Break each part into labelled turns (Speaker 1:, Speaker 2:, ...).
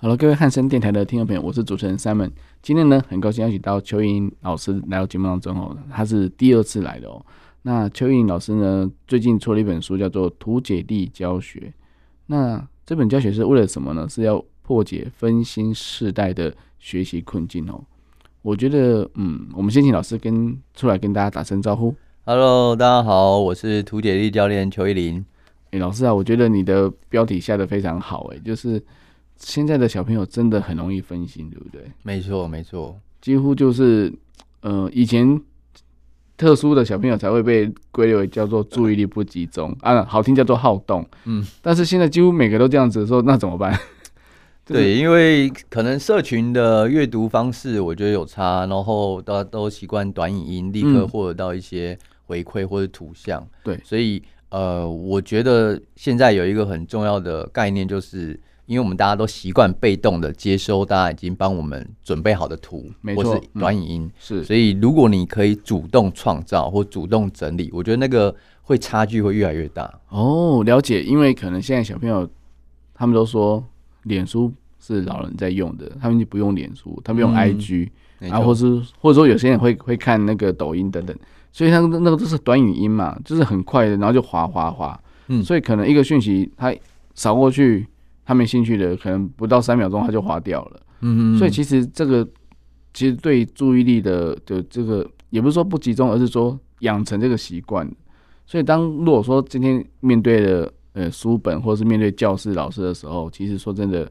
Speaker 1: 好了，各位汉声电台的听众朋友，我是主持人 Simon。今天呢，很高兴邀请到邱莹老师来到节目当中哦，他是第二次来的哦。那邱莹老师呢，最近出了一本书，叫做《图解力教学》。那这本教学是为了什么呢？是要破解分心世代的学习困境哦。我觉得，嗯，我们先请老师跟出来跟大家打声招呼。
Speaker 2: Hello，大家好，我是图解力教练邱依林。
Speaker 1: 诶，老师啊，我觉得你的标题下的非常好，诶，就是现在的小朋友真的很容易分心，对不对？
Speaker 2: 没错，没错，
Speaker 1: 几乎就是，呃，以前特殊的小朋友才会被归类为叫做注意力不集中啊，好听叫做好动，
Speaker 2: 嗯，
Speaker 1: 但是现在几乎每个都这样子的时候，那怎么办？ 就是
Speaker 2: 对，因为可能社群的阅读方式我觉得有差，然后大家都习惯短影音，立刻
Speaker 1: 嗯
Speaker 2: 获得到一些回馈或者图像。
Speaker 1: 对
Speaker 2: 所以呃，我觉得现在有一个很重要的概念，就是因为我们大家都习惯被动的接收大家已经帮我们准备好的图，
Speaker 1: 没
Speaker 2: 或
Speaker 1: 错嗯
Speaker 2: 是短影音。
Speaker 1: 是
Speaker 2: 所以，如果你可以主动创造或主动整理，我觉得那个会差距会越来越大。
Speaker 1: 哦，了解，因为可能现在小朋友他们都说脸书是老人在用的，他们就不用脸书，他们用
Speaker 2: 嗯
Speaker 1: IG，、
Speaker 2: 没
Speaker 1: 啊，
Speaker 2: 错
Speaker 1: 或是或者说有些人会会看那个抖音等等，所以他们那个都是短影音嘛，就是很快的，然后就滑滑滑，
Speaker 2: 嗯
Speaker 1: 所以可能一个讯息他扫过去，他没兴趣的，可能不到三秒钟他就滑掉了，
Speaker 2: 嗯
Speaker 1: 所以其实这个其实对注意力的的这个也不是说不集中，而是说养成这个习惯。所以当如果说今天面对了呃书本或是面对教室老师的时候，其实说真的，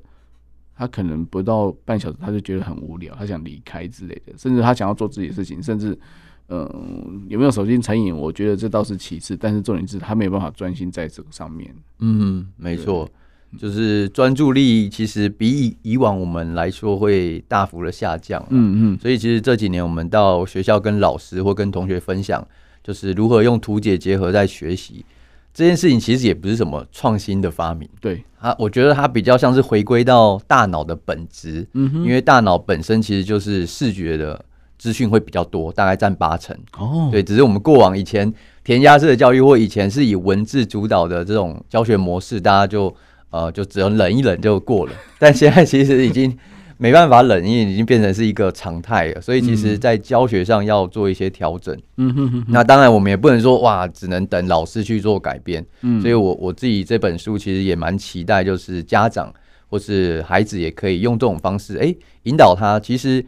Speaker 1: 他可能不到半小时他就觉得很无聊，他想离开之类的，甚至他想要做自己的事情，甚至。嗯，有没有手机成瘾？我觉得这倒是其次，但是重点是他没有办法专心在这个上面。
Speaker 2: 嗯，没错，就是专注力其实比以以往我们来说会大幅的下降。嗯，
Speaker 1: 嗯嗯，
Speaker 2: 所以其实这几年我们到学校跟老师或跟同学分享，就是如何用图解结合在学习这件事情，其实也不是什么创新的发明。
Speaker 1: 对，
Speaker 2: 它我觉得它比较像是回归到大脑的本质，
Speaker 1: 嗯哼，
Speaker 2: 因为大脑本身其实就是视觉的资讯会比较多，大概占八成。
Speaker 1: 哦，
Speaker 2: 对，只是我们过往以前填鸭式的教育，或以前是以文字主导的这种教学模式，大家就呃就只能忍一忍就过了。 但现在其实已经没办法忍，因为已经变成是一个常态了。所以其实，在教学上要做一些调整。
Speaker 1: 嗯哼哼，
Speaker 2: 那当然，我们也不能说哇，只能等老师去做改变。
Speaker 1: 嗯
Speaker 2: 所以我我自己这本书其实也蛮期待，就是家长或是孩子也可以用这种方式，哎、引导他。其实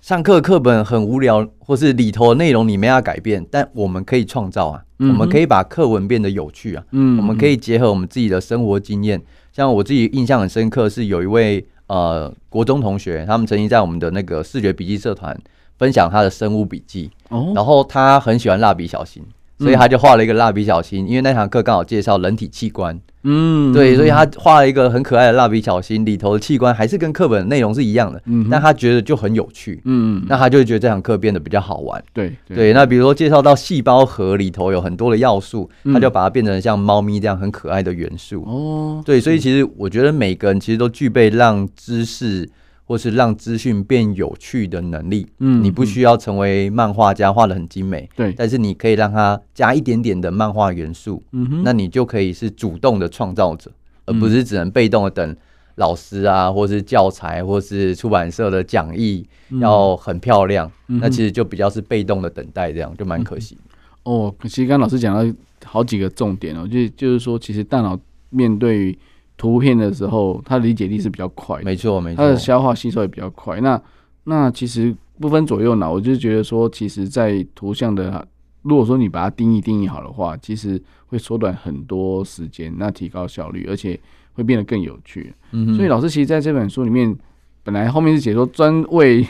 Speaker 2: 上课课本很无聊，或是里头的内容你没要改变，但我们可以创造啊，
Speaker 1: 嗯哼
Speaker 2: 我们可以把课文变得有趣啊，
Speaker 1: 嗯，
Speaker 2: 我们可以结合我们自己的生活经验。像我自己印象很深刻是有一位呃国中同学，他们曾经在我们的那个视觉笔记社团分享他的生物笔记，
Speaker 1: 哦，
Speaker 2: 然后他很喜欢蜡笔小新。所以他就画了一个蜡笔小新，因为那堂课刚好介绍人体器官，
Speaker 1: 嗯，
Speaker 2: 对，所以他画了一个很可爱的蜡笔小新，里头的器官还是跟课本的内容是一样的，
Speaker 1: 嗯哼
Speaker 2: 但他觉得就很有趣，
Speaker 1: 嗯，
Speaker 2: 那他就会觉得这堂课变得比较好玩。
Speaker 1: 对
Speaker 2: 对，那比如说介绍到细胞核里头有很多的要素，
Speaker 1: 嗯
Speaker 2: 他就把它变成像猫咪这样很可爱的元素。
Speaker 1: 哦，
Speaker 2: 对，所以其实我觉得每个人其实都具备让知识或是让资讯变有趣的能力。
Speaker 1: 嗯
Speaker 2: 你不需要成为漫画家，画的很精美，
Speaker 1: 对，
Speaker 2: 但是你可以让它加一点点的漫画元素，
Speaker 1: 嗯哼，
Speaker 2: 那你就可以是主动的创造者，而
Speaker 1: 嗯
Speaker 2: 不是只能被动的等老师啊，或是教材，或是出版社的讲义要很漂亮。
Speaker 1: 嗯嗯哼
Speaker 2: 那其实就比较是被动的等待，这样就蛮可惜。
Speaker 1: 哦，其实刚刚老师讲到好几个重点哦，就就是说，其实大脑面对图片的时候，它的理解力是比较快的，
Speaker 2: 没错，没
Speaker 1: 它的
Speaker 2: 错，
Speaker 1: 消化吸收也比较快。那那其实不分左右脑，我就觉得说，其实，在图像的，如果说你把它定义定义好的话，其实会缩短很多时间，那提高效率，而且会变得更有趣。
Speaker 2: 嗯哼
Speaker 1: 所以老师其实在这本书里面，本来后面是写说专为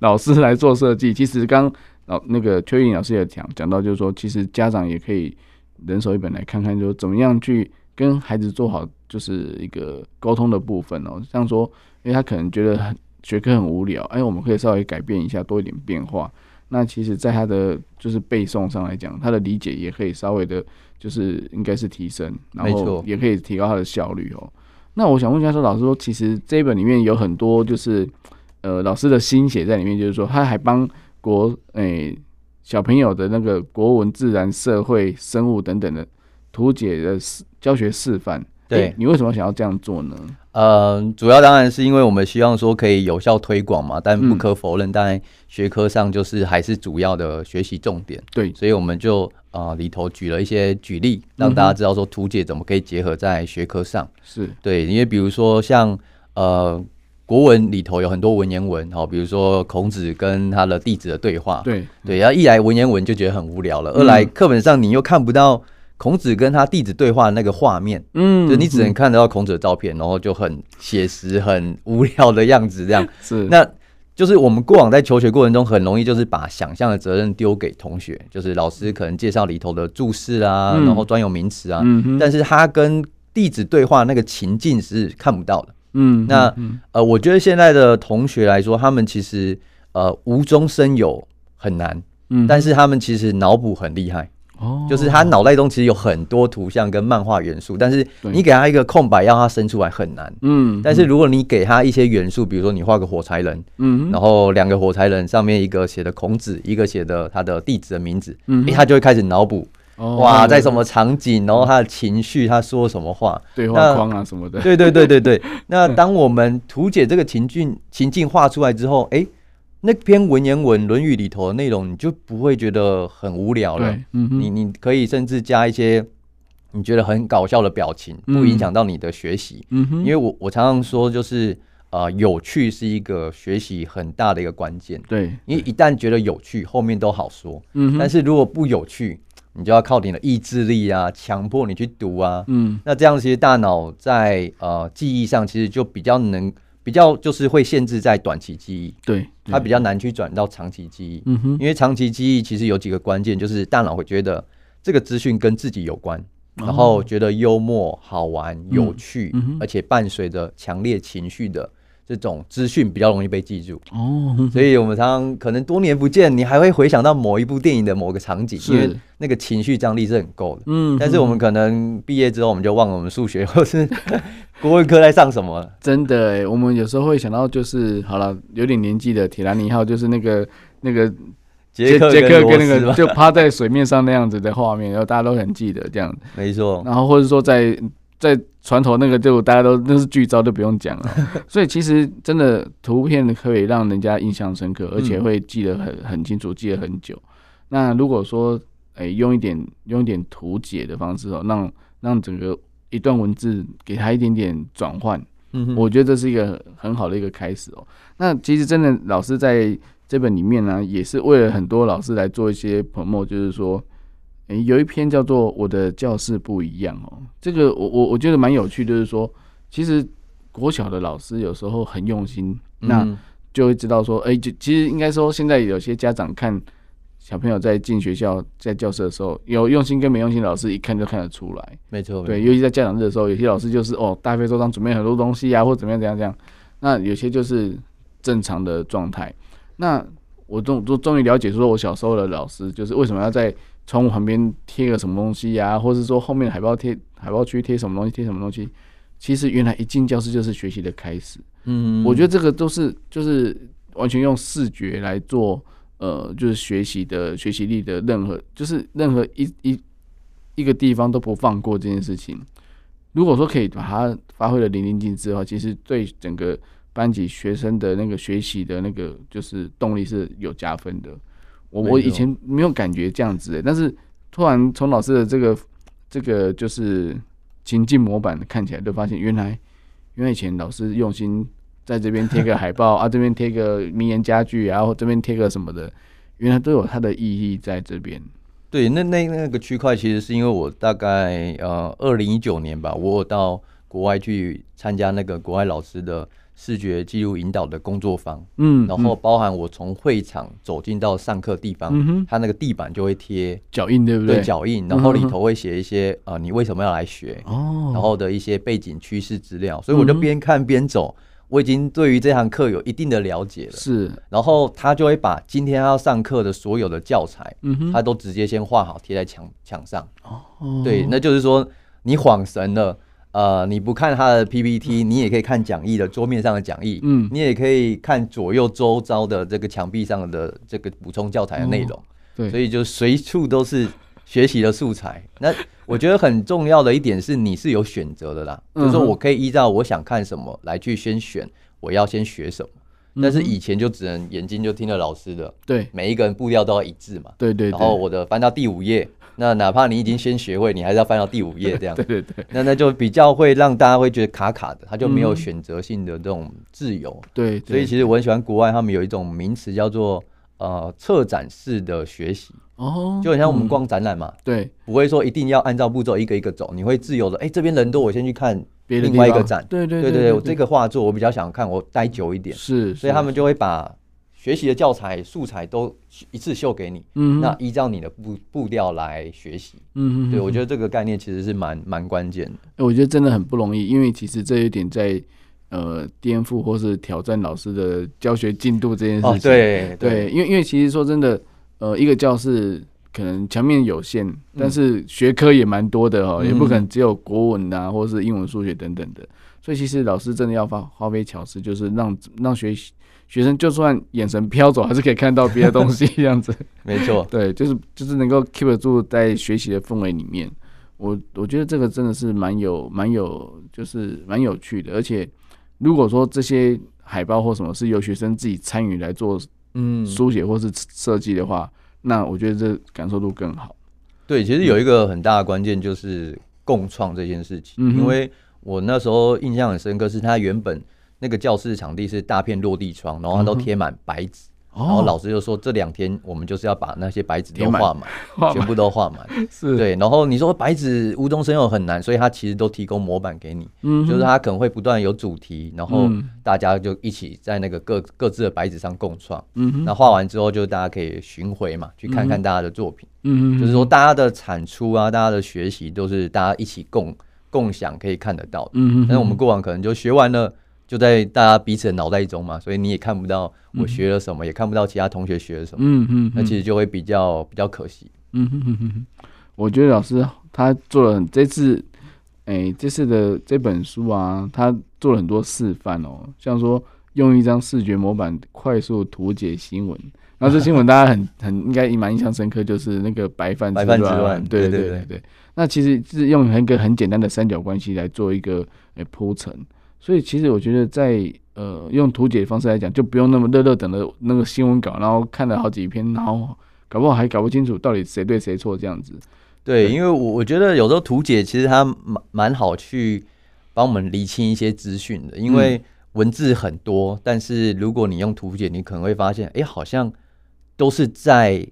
Speaker 1: 老师来做设计，其实刚老那个邱颖老师也讲讲到，就是说其实家长也可以人手一本来看看，说怎么样去跟孩子做好就是一个沟通的部分哦，像说，因为他可能觉得很学科很无聊，哎，我们可以稍微改变一下，多一点变化。那其实在他的就是背诵上来讲，他的理解也可以稍微的，就是应该是提升，然
Speaker 2: 没
Speaker 1: 后
Speaker 2: 错
Speaker 1: 也可以提高他的效率哦。那我想问一下，说老师说，其实这一本里面有很多就是呃老师的心血在里面，就是说他还帮国诶、小朋友的那个国文、自然、社会、生物等等的图解的示教学示范。
Speaker 2: 对
Speaker 1: 诶你为什么想要这样做呢？
Speaker 2: 呃，主要当然是因为我们希望说可以有效推广嘛，但不
Speaker 1: 嗯
Speaker 2: 可否认，当然学科上就是还是主要的学习重点，
Speaker 1: 对，
Speaker 2: 所以我们就呃里头举了一些举例，让大家知道说图解怎么可以结合在学科
Speaker 1: 嗯
Speaker 2: 上。
Speaker 1: 是，
Speaker 2: 对，因为比如说像呃国文里头有很多文言文，好、比如说孔子跟他的弟子的对话，
Speaker 1: 对，
Speaker 2: 对，然后一来文言文就觉得很无聊了，二
Speaker 1: 嗯
Speaker 2: 来课本上你又看不到孔子跟他弟子对话的那个画面。
Speaker 1: 嗯
Speaker 2: 就你只能看得到孔子的照片，然后就很写实、很无聊的样子，这样。
Speaker 1: 是
Speaker 2: 那就是我们过往在求学过程中，很容易就是把想象的责任丢给同学，就是老师可能介绍里头的注释啊，
Speaker 1: 嗯
Speaker 2: 然后专有名词啊，
Speaker 1: 嗯哼
Speaker 2: 但是他跟弟子对话那个情境是看不到的。
Speaker 1: 嗯，
Speaker 2: 那
Speaker 1: 嗯
Speaker 2: 呃，我觉得现在的同学来说，他们其实呃无中生有很难，
Speaker 1: 嗯
Speaker 2: 但是他们其实脑补很厉害。
Speaker 1: 哦，
Speaker 2: 就是他脑袋中其实有很多图像跟漫画元素，但是
Speaker 1: 对
Speaker 2: 你给他一个空白，要他生出来很难。
Speaker 1: 嗯，
Speaker 2: 但是如果你给他一些元素，比如说你画个火柴人，
Speaker 1: 嗯，
Speaker 2: 然后两个火柴人上面一个写的孔子，一个写的他的弟子的名字，
Speaker 1: 嗯
Speaker 2: 诶他就会开始脑补，
Speaker 1: 哦
Speaker 2: 哇，在什么场景，然后他的情绪，他说什 么话。
Speaker 1: 对
Speaker 2: 那
Speaker 1: 话框啊什么的，
Speaker 2: 对对对对对。那当我们图解这个情境情境画出来之后，诶，那篇文言文《论语》里头的内容，你就不会觉得很无聊了。
Speaker 1: 对，嗯
Speaker 2: 你
Speaker 1: 哼，
Speaker 2: 你可以甚至加一些你觉得很搞笑的表情，不影响到你的学习。
Speaker 1: 嗯哼，
Speaker 2: 因为我我常常说，就是呃，有趣是一个学习很大的一个关键。
Speaker 1: 对，
Speaker 2: 因为一旦觉得有趣，后面都好说。
Speaker 1: 嗯哼，
Speaker 2: 但是如果不有趣，你就要靠你的意志力啊，强迫你去读啊。
Speaker 1: 嗯
Speaker 2: 那这样其实大脑在呃记忆上其实就比较能比较就是会限制在短期记忆，
Speaker 1: 对，
Speaker 2: 它比
Speaker 1: 较
Speaker 2: 较难去转到长期记忆。
Speaker 1: 嗯哼
Speaker 2: 因为长期记忆其实有几个关键，就是大脑会觉得这个资讯跟自己有关，然后觉得幽默、好玩、有趣，
Speaker 1: 哦嗯哼
Speaker 2: 而且伴随着强烈情绪的这种资讯比较容易被记住。
Speaker 1: 哦，嗯
Speaker 2: 所以我们常常可能多年不见，你还会回想到某一部电影的某个场景，
Speaker 1: 是
Speaker 2: 因为那个情绪张力是很够的。
Speaker 1: 嗯，
Speaker 2: 但是我们可能毕业之后，我们就忘了我们数学或是 国文科在上什么了。
Speaker 1: 真的哎，我们有时候会想到就是好了，有点年纪的铁达尼号就是那个那个
Speaker 2: 杰克
Speaker 1: 杰克跟
Speaker 2: 跟罗
Speaker 1: 那
Speaker 2: 斯
Speaker 1: 个
Speaker 2: 嘛，
Speaker 1: 就趴在水面上那样子的画面，然后大家都很记得这样，
Speaker 2: 没错，
Speaker 1: 然后或者说在在船头那个就大家都那是剧照就不用讲 了，所以其实真的图片可以让人家印象深刻，而且会记得很很清楚，记得很久。那如果说哎、用一点用一点图解的方式哦，让让整个一段文字给它一点点转换，
Speaker 2: 嗯哼
Speaker 1: 我觉得这是一个很好的一个开始哦。那其实真的老师在这本里面呢、也是为了很多老师来做一些 promo，就是说，诶，有一篇叫做《我的教室不一样》哦，这个我我我觉得蛮有趣，就是说，其实国小的老师有时候很用心，那
Speaker 2: 嗯
Speaker 1: 就会知道说，哎、就其实应该说，现在有些家长看小朋友在进学校在教室的时候，有用心跟没用心，老师一看就看得出来。
Speaker 2: 没错，
Speaker 1: 对，尤其在家长日的时候，有些老师就是哦大费周章准备很多东西啊，或怎么样怎样怎样。那有些就是正常的状态。那我终终终于了解，说我小时候的老师就是为什么要在窗户旁边贴个什么东西呀、或是说后面海报贴海报区贴什么东西贴什么东西。其实原来一进教室就是学习的开始。
Speaker 2: 嗯
Speaker 1: 我觉得这个都是就是完全用视觉来做，呃，就是学习的学习力的任何，就是任何一一一个地方都不放过这件事情。如果说可以把它发挥的淋漓尽致的话，其实对整个班级学生的那个学习的那个就是动力是有加分的。我我
Speaker 2: 没错
Speaker 1: 以前没有感觉这样子、欸，但是突然从老师的这个这个就是情境模板看起来，就发现原来原来以前老师用心在这边贴个海报 啊，这边贴个名言佳句啊，然后这边贴个什么的，原来都有它的意义在这边。
Speaker 2: 对，那那那个区块其实是因为我大概呃二零一九年吧，我有到国外去参加那个国外老师的视觉记录引导的工作坊，
Speaker 1: 嗯
Speaker 2: 然后包含我从会场走进到上课地方，
Speaker 1: 嗯哼，
Speaker 2: 它那个地板就会贴
Speaker 1: 脚印对不
Speaker 2: 对
Speaker 1: 对？嗯
Speaker 2: 脚印，然后里头会写一些呃你为什么要来学，
Speaker 1: 哦，
Speaker 2: 然后的一些背景趋势资料，所以我就
Speaker 1: 嗯哼
Speaker 2: 边看边走。我已经对于这堂课有一定的了解了，
Speaker 1: 是，
Speaker 2: 然后他就会把今天他要上课的所有的教材，
Speaker 1: 嗯哼，
Speaker 2: 他都直接先画好贴在墙墙上。
Speaker 1: 哦
Speaker 2: 对，那就是说你晃神了，呃，你不看他的 PPT，你也可以看讲义的桌面上的讲义，
Speaker 1: 嗯
Speaker 2: 你也可以看左右周遭的这个墙壁上的这个补充教材的内容，
Speaker 1: 哦对，
Speaker 2: 所以就随处都是学习的素材。那我觉得很重要的一点是，你是有选择的啦，
Speaker 1: 嗯
Speaker 2: 就是说我可以依照我想看什么来去先选，我要先学什么。但
Speaker 1: 嗯
Speaker 2: 是以前就只能眼睛就听了老师的，
Speaker 1: 对
Speaker 2: 每一个人步调都要一致嘛。
Speaker 1: 对对，
Speaker 2: 然后
Speaker 1: 对
Speaker 2: 我的翻到第五页，那哪怕你已经先学会，你还是要翻到第五页这样。
Speaker 1: 对对对
Speaker 2: 那那就比较会让大家会觉得卡卡的，他就没有
Speaker 1: 嗯
Speaker 2: 选择性的这种自由。
Speaker 1: 对，
Speaker 2: 所以其
Speaker 1: 实
Speaker 2: 实我很喜欢国外，他们有一种名词叫做呃策展式的学习，
Speaker 1: 哦，
Speaker 2: 就很像我们
Speaker 1: 嗯
Speaker 2: 逛展览嘛，
Speaker 1: 对
Speaker 2: 不会说一定要按照步骤一个一个走，你会自由的，哎、这边人多，我先去看
Speaker 1: 别的
Speaker 2: 另
Speaker 1: 地
Speaker 2: 外一个
Speaker 1: 方
Speaker 2: 展
Speaker 1: 对对
Speaker 2: 对
Speaker 1: 对
Speaker 2: 我这个画作我比较想看，我待久一点，
Speaker 1: 是，
Speaker 2: 所以他
Speaker 1: 是
Speaker 2: 们就会把学习的教材素材都一次秀给你，
Speaker 1: 嗯
Speaker 2: 那
Speaker 1: 哼
Speaker 2: 依照你的步步调来学习。
Speaker 1: 嗯嗯，
Speaker 2: 对，
Speaker 1: 嗯
Speaker 2: 我觉得这个概念其实是蛮蛮关键的。
Speaker 1: 欸我觉得真的很不容易，因为其实这一点在呃颠覆或是挑战老师的教学进度这件事情。
Speaker 2: 哦对
Speaker 1: 对，因为因为其实说真的，呃，一个教室可能墙面有限，
Speaker 2: 嗯
Speaker 1: 但是学科也蛮多的哦，也不可能只有国文啊，或是英文、数学等等的。所以其实老师真的要发发挥巧思，就是让让学学生就算眼神飘走，还是可以看到别的东西这样子。
Speaker 2: 没 错，
Speaker 1: 对，就是就是能够 keep 得住在学习的氛围里面。我我觉得这个真的是蛮有蛮有，就是蛮有趣的。而且如果说这些海报或什么是由学生自己参与来做
Speaker 2: 嗯，
Speaker 1: 书写或是设计的话，那我觉得这感受度更好。
Speaker 2: 对，其实有一个很大的关键就是共创这件事情，
Speaker 1: 嗯哼
Speaker 2: 因为我那时候印象很深刻，是他原本那个教室场地是大片落地窗，然后它都贴满白纸。
Speaker 1: 哦
Speaker 2: 然后老师就说，这两天我们就是要把那些白纸
Speaker 1: 贴
Speaker 2: 都
Speaker 1: 满
Speaker 2: 画满，
Speaker 1: 画
Speaker 2: 全部都画满。
Speaker 1: 哦 是，
Speaker 2: 对，然后你说白纸无中生有很难，所以他其实都提供模板给你，
Speaker 1: 嗯哼，
Speaker 2: 就是他可能会不断有主题，然后
Speaker 1: 嗯
Speaker 2: 大家就一起在那个各各自的白纸上共创。
Speaker 1: 嗯哼，
Speaker 2: 那画完之后，就大家可以巡回嘛，去看看大家的作品。
Speaker 1: 嗯哼，
Speaker 2: 就是说，大家的产出啊，大家的学习都是大家一起共共享可以看得到的。
Speaker 1: 嗯哼，嗯哼，
Speaker 2: 但是我们过往可能就学完了，就在大家彼此的脑袋中嘛，所以你也看不到我学了什么，也看不到其他同学学了什么，
Speaker 1: 嗯哼，
Speaker 2: 那其
Speaker 1: 实
Speaker 2: 实就会比较比较可惜。
Speaker 1: 嗯哼嗯哼，我觉得老师他做了很这次，哎、这次的这本书啊，他做了很多示范哦，像说用一张视觉模板快速图解新闻。然后这新闻大家很 很应该蛮印象深刻，就是那个白饭
Speaker 2: 白饭之
Speaker 1: 乱，
Speaker 2: 乱
Speaker 1: 对
Speaker 2: 对
Speaker 1: 对
Speaker 2: 对
Speaker 1: 对对。那其实是用一个很简单的三角关系来做一个诶铺陈，所以其实我觉得在呃用图解的方式来讲，就不用那么热热等的那个新闻稿，然后看了好几篇，然后搞不好还搞不清楚到底谁对谁错这样子。
Speaker 2: 对，因为我我觉得有时候图解其实它蛮蛮好去帮我们厘清一些资讯的，因
Speaker 1: 嗯
Speaker 2: 为文字很多，但是如果你用图解，你可能会发现，哎，好像都是在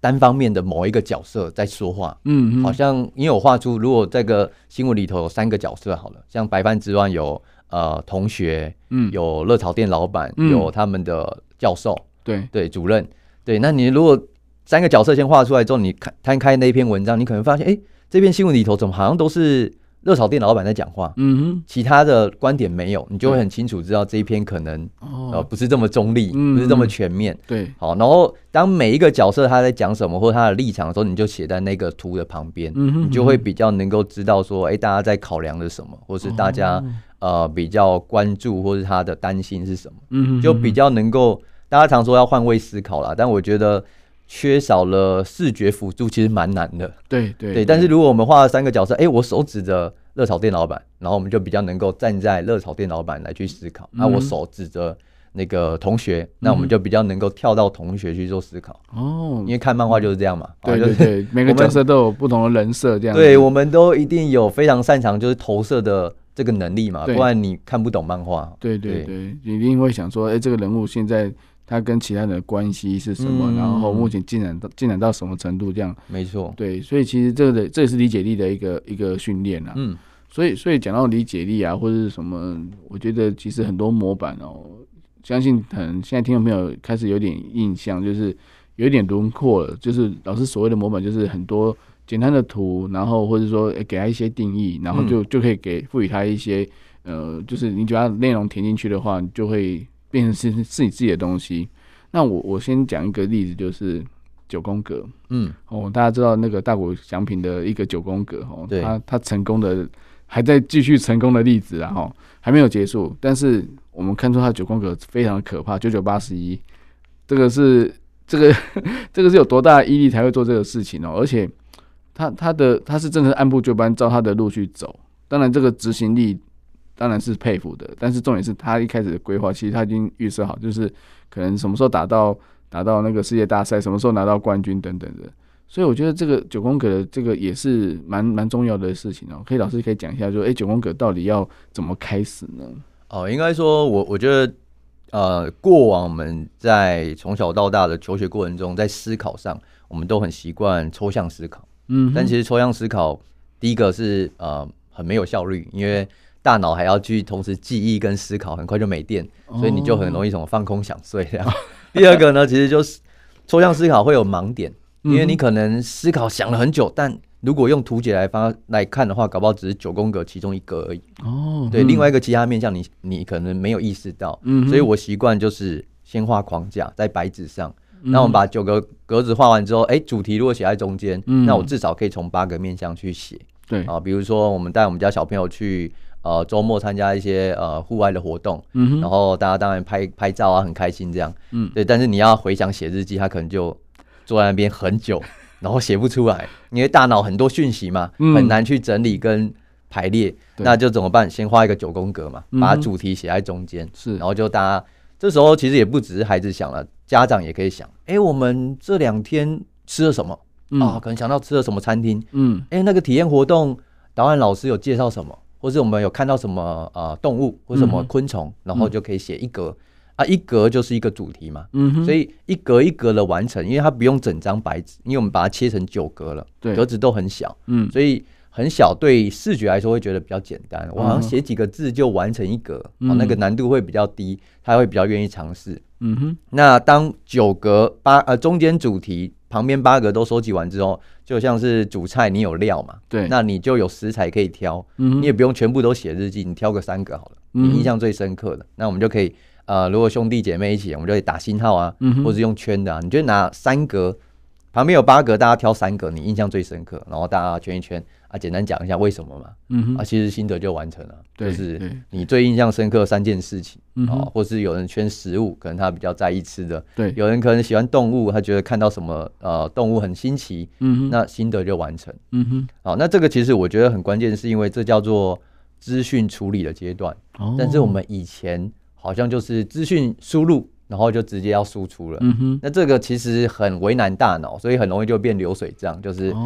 Speaker 2: 单方面的某一个角色在说话。
Speaker 1: 嗯，嗯
Speaker 2: 好像因为我画出，如果这个新闻里头有三个角色好了，像白饭之乱有呃同学，
Speaker 1: 嗯
Speaker 2: 有热炒店老板，
Speaker 1: 嗯
Speaker 2: 有他们的教授，
Speaker 1: 对
Speaker 2: 对主任，对，那你如果三个角色先画出来之后，你看摊开那一篇文章，你可能发现，哎、这篇新闻里头怎么好像都是热炒店老板在讲话，
Speaker 1: 嗯
Speaker 2: 其他的观点没有，你就会很清楚知道这一篇可能
Speaker 1: 哼
Speaker 2: 呃
Speaker 1: 哦
Speaker 2: 不是这么中立，
Speaker 1: 嗯
Speaker 2: 不是这么全面。
Speaker 1: 对
Speaker 2: 好，然后当每一个角色他在讲什么或他的立场的时候，你就写在那个图的旁边，
Speaker 1: 嗯哼
Speaker 2: 你就会比较能够知道说，哎、大家在考量的什么，或是大家、
Speaker 1: 哦
Speaker 2: 呃比较关注或是他的担心是什么，
Speaker 1: 嗯哼
Speaker 2: 就比较能够大家常说要换位思考啦，但我觉得缺少了视觉辅助其实蛮难的，
Speaker 1: 对对
Speaker 2: 对。但是如果我们画了三个角色，哎、我手指着热炒店老板，然后我们就比较能够站在热炒店老板来去思考，那、
Speaker 1: 嗯
Speaker 2: 我手指着。那个同学，那我们就比较能够跳到同学去做思考，
Speaker 1: 哦
Speaker 2: 因，为看漫画就是这样嘛，
Speaker 1: 对
Speaker 2: 啊就
Speaker 1: 对
Speaker 2: 是
Speaker 1: 对，每个
Speaker 2: 我们
Speaker 1: 角色都有不同的人设这样子。
Speaker 2: 对，我们都一定有非常擅长就是投射的这个能力嘛，
Speaker 1: 对
Speaker 2: 不然你看不懂漫画。
Speaker 1: 对对
Speaker 2: 对
Speaker 1: 对，你一定会想说，哎、这个人物现在他跟其他人的关系是什么？
Speaker 2: 嗯
Speaker 1: 然后目前进展到进展到什么程度？这样
Speaker 2: 没错，
Speaker 1: 对，所以其实这个的这也是理解力的一个一个训练啊。
Speaker 2: 嗯，
Speaker 1: 所以所以讲到理解力啊，或者是什么，我觉得其实很多模板哦，相信可能现在听众朋友开始有点印象，就是有一点轮廓了，就是老师所谓的模板，就是很多简单的图，然后或者说、诶给他一些定义，然后就、就可以给赋予他一些呃，就是你只要内容填进去的话，你就会变成是是你自己的东西。那我我先讲一个例子，就是九宫格
Speaker 2: 嗯，
Speaker 1: 哦，大家知道那个大谷翔平的一个九宫格哦，
Speaker 2: 对
Speaker 1: 他他成功的还在继续成功的例子啊，哦，还没有结束，但是我们看出他的九宫格非常的可怕，九九八十一，这个是这个 这个是有多大的毅力才会做这个事情哦，而且他他的他是真的是按部就班照他的路去走，当然这个执行力当然是佩服的，但是重点是他一开始的规划，其实他已经预设好，就是可能什么时候打到打到那个世界大赛，什么时候拿到冠军等等的。所以我觉得这个九宫格的这个也是蛮蛮重要的事情哦、可以老师可以讲一下说，哎，九宫格到底要怎么开始呢？
Speaker 2: 哦，应该说我我觉得，呃，过往我们在从小到大的求学过程中，在思考上，我们都很习惯抽象思考。
Speaker 1: 嗯
Speaker 2: 但其实抽象思考，第一个是呃很没有效率，因为大脑还要去同时记忆跟思考，很快就没电，所以你就很容
Speaker 1: 易，
Speaker 2: 易什么放空想睡这样。 第二个呢，其实就是抽象思考会有盲点，因为你可能思考想了很久，但如果用图解来发来看的话，搞不好只是九宫格其中一个而已。
Speaker 1: 哦，
Speaker 2: 对，
Speaker 1: 嗯
Speaker 2: 另外一个其他面向你你可能没有意识到，
Speaker 1: 嗯哼
Speaker 2: 所以我习惯就是先画框架在白纸上，
Speaker 1: 嗯
Speaker 2: 那我们把九个格子画完之后，哎、主题如果写在中间，
Speaker 1: 嗯
Speaker 2: 那我至少可以从八个面向去写
Speaker 1: 对，
Speaker 2: 啊，比如说我们带我们家小朋友去呃周末参加一些呃户外的活动，
Speaker 1: 嗯哼
Speaker 2: 然后大家当然拍拍照啊，很开心这样，
Speaker 1: 嗯
Speaker 2: 对，但是你要回想写日记，他可能就坐在那边很久，然后写不出来，因为大脑很多讯息嘛，
Speaker 1: 嗯
Speaker 2: 很难去整理跟排列，
Speaker 1: 对
Speaker 2: 那就怎么办？先画一个九宫格嘛，
Speaker 1: 嗯哼
Speaker 2: 把主题写在中间，
Speaker 1: 是
Speaker 2: 然后就大家这时候其实也不只是孩子想了，家长也可以想，哎，我们这两天吃了什么
Speaker 1: 嗯
Speaker 2: 啊？可能想到吃了什么餐厅，
Speaker 1: 嗯
Speaker 2: 哎，那个体验活动导演老师有介绍什么，或是我们有看到什么呃动物或什么
Speaker 1: 嗯
Speaker 2: 昆虫，然后就可以写一格、啊，一格就是一个主题嘛，
Speaker 1: 嗯哼，
Speaker 2: 所
Speaker 1: 以
Speaker 2: 以一格一格的完成，因为它不用整张白纸，因为我们把它切成九格了，
Speaker 1: 对
Speaker 2: 格子都很小，
Speaker 1: 嗯
Speaker 2: 所以很小对视觉来说会觉得比较简单，我好像
Speaker 1: 嗯
Speaker 2: 写几个字就完成一格，哦
Speaker 1: 嗯，
Speaker 2: 那个难度会比较低，他会比较愿意尝试。
Speaker 1: 嗯哼
Speaker 2: 那当九格八呃中间主题旁边八格都收集完之后，就像是主菜你有料嘛，
Speaker 1: 对，
Speaker 2: 那你就有食材可以挑，
Speaker 1: 嗯哼
Speaker 2: 你也不用全部都写日记，你挑个三个好了，
Speaker 1: 嗯
Speaker 2: 你印象最深刻的，那我们就可以呃，如果兄弟姐妹一起，我们就可以打星号啊，
Speaker 1: 嗯哼
Speaker 2: 或是用圈的啊，你就拿三格，旁边有八格，大家挑三格，你印象最深刻，然后大家圈一圈啊，简单讲一下为什么嘛，
Speaker 1: 嗯哼
Speaker 2: 啊，其实心得就完成了，就
Speaker 1: 对
Speaker 2: 是
Speaker 1: 对
Speaker 2: 你最印象深刻的三件事情
Speaker 1: 嗯
Speaker 2: 啊、
Speaker 1: 哼
Speaker 2: 哦，或是有人圈食物，可能他比较在意吃的，
Speaker 1: 对，
Speaker 2: 有人可能喜欢动物，他觉得看到什么呃动物很新奇，
Speaker 1: 嗯哼
Speaker 2: 那心得就完成。
Speaker 1: 嗯哼
Speaker 2: 好，那这个其实我觉得很关键，是因为这叫做资讯处理的阶段。
Speaker 1: 哦，
Speaker 2: 但是我们以前好像就是资讯输入，然后就直接要输出了。
Speaker 1: 嗯哼
Speaker 2: 那这个其实很为难大脑，所以很容易就变流水账，就是啊、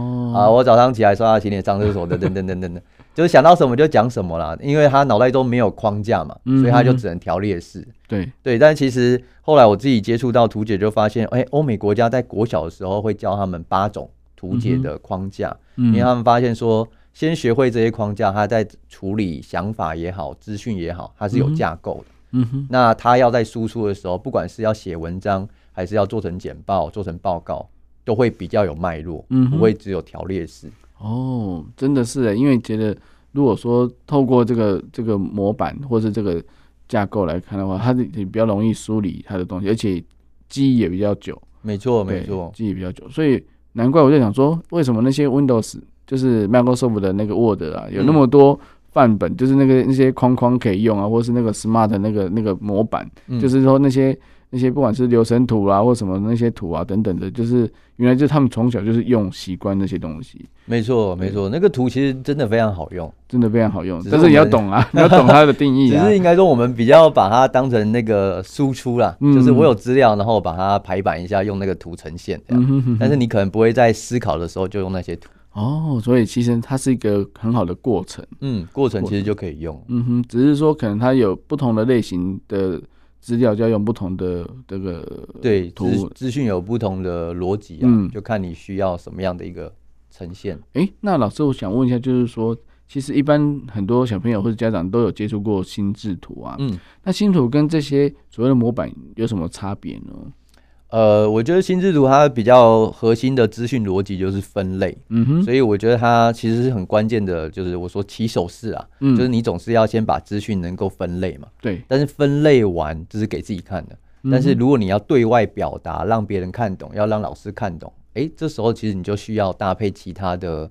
Speaker 1: 哦
Speaker 2: 我早上起来刷牙、洗脸、上厕所等等等等等等，就是想到什么就讲什么啦，因为他脑袋中没有框架嘛，所以他
Speaker 1: 嗯
Speaker 2: 就
Speaker 1: 哼
Speaker 2: 只能条列式。
Speaker 1: 对，
Speaker 2: 对，但其实后来我自己接触到图解，就发现，哎、欧美国家在国小的时候会教他们八种图
Speaker 1: 嗯
Speaker 2: 解的框架，
Speaker 1: 因
Speaker 2: 因为他们发现说，先学会这些框架，他在处理想法也好、资讯也好，它是有
Speaker 1: 嗯哼
Speaker 2: 架构的。
Speaker 1: 嗯哼
Speaker 2: 那他要在输出的时候，不管是要写文章，还是要做成简报、做成报告，都会比较有脉络，
Speaker 1: 嗯哼
Speaker 2: 不会只有条列式。
Speaker 1: 哦，真的是欸，因为觉得如果说透过这个这个模板或是这个架构来看的话，它的你比较容易梳理它的东西，而且记忆也比较久，
Speaker 2: 没错，
Speaker 1: 对
Speaker 2: 哦没错。
Speaker 1: 记忆比较久，所以难怪我就想说，为什么那些 Windows 就是 Microsoft 的那个 Word 啊，有那
Speaker 2: 嗯
Speaker 1: 么多范本，就是那个那些框框可以用啊，或是那个 Smart 的那个那个模板，
Speaker 2: 嗯
Speaker 1: 就是说那些那些不管是流程图啊，或什么那些图啊等等的，就是原来就是他们从小就是用习惯那些东西，
Speaker 2: 没错，没错。那个图其实真的非常好用，
Speaker 1: 真的非常好用
Speaker 2: 只，是
Speaker 1: 但是你要
Speaker 2: 我们
Speaker 1: 懂啊，你 要懂它的定义
Speaker 2: 只
Speaker 1: 啊
Speaker 2: 是。应该说我们比较把它当成那个输出啦，
Speaker 1: 嗯
Speaker 2: 就是我有资料，然后把它排版一下，用那个图呈现这
Speaker 1: 嗯
Speaker 2: 样。
Speaker 1: 哼哼哼
Speaker 2: 但是你可能不会在思考的时候就用那些图，
Speaker 1: 哦，所以其实它是一个很好的过程。
Speaker 2: 嗯，过程
Speaker 1: 过
Speaker 2: 其实就可以用。
Speaker 1: 嗯哼，只是说可能它有不同的类型的资料，就要用不同的这个
Speaker 2: 对，
Speaker 1: 图
Speaker 2: 资资讯有不同的逻辑啊，
Speaker 1: 嗯
Speaker 2: 就看你需要什么样的一个呈现。
Speaker 1: 诶，那老师，我想问一下，就是说，其实一般很多小朋友或者家长都有接触过心智图啊，
Speaker 2: 嗯，
Speaker 1: 那心智图跟这些所谓的模板有什么差别呢？
Speaker 2: 呃，我觉得心智图它比较核心的资讯逻辑就是分类，
Speaker 1: 嗯哼，
Speaker 2: 所以我觉得它其实是很关键的，就是我说起手式啊，
Speaker 1: 嗯
Speaker 2: 就是你总是要先把资讯能够分类嘛，
Speaker 1: 对，
Speaker 2: 但是分类完这是给自己看的，但
Speaker 1: 嗯
Speaker 2: 是
Speaker 1: 哼
Speaker 2: 如果你要对外表达，让别人看懂，要让老师看懂，诶，这时候其实你就需要搭配其他的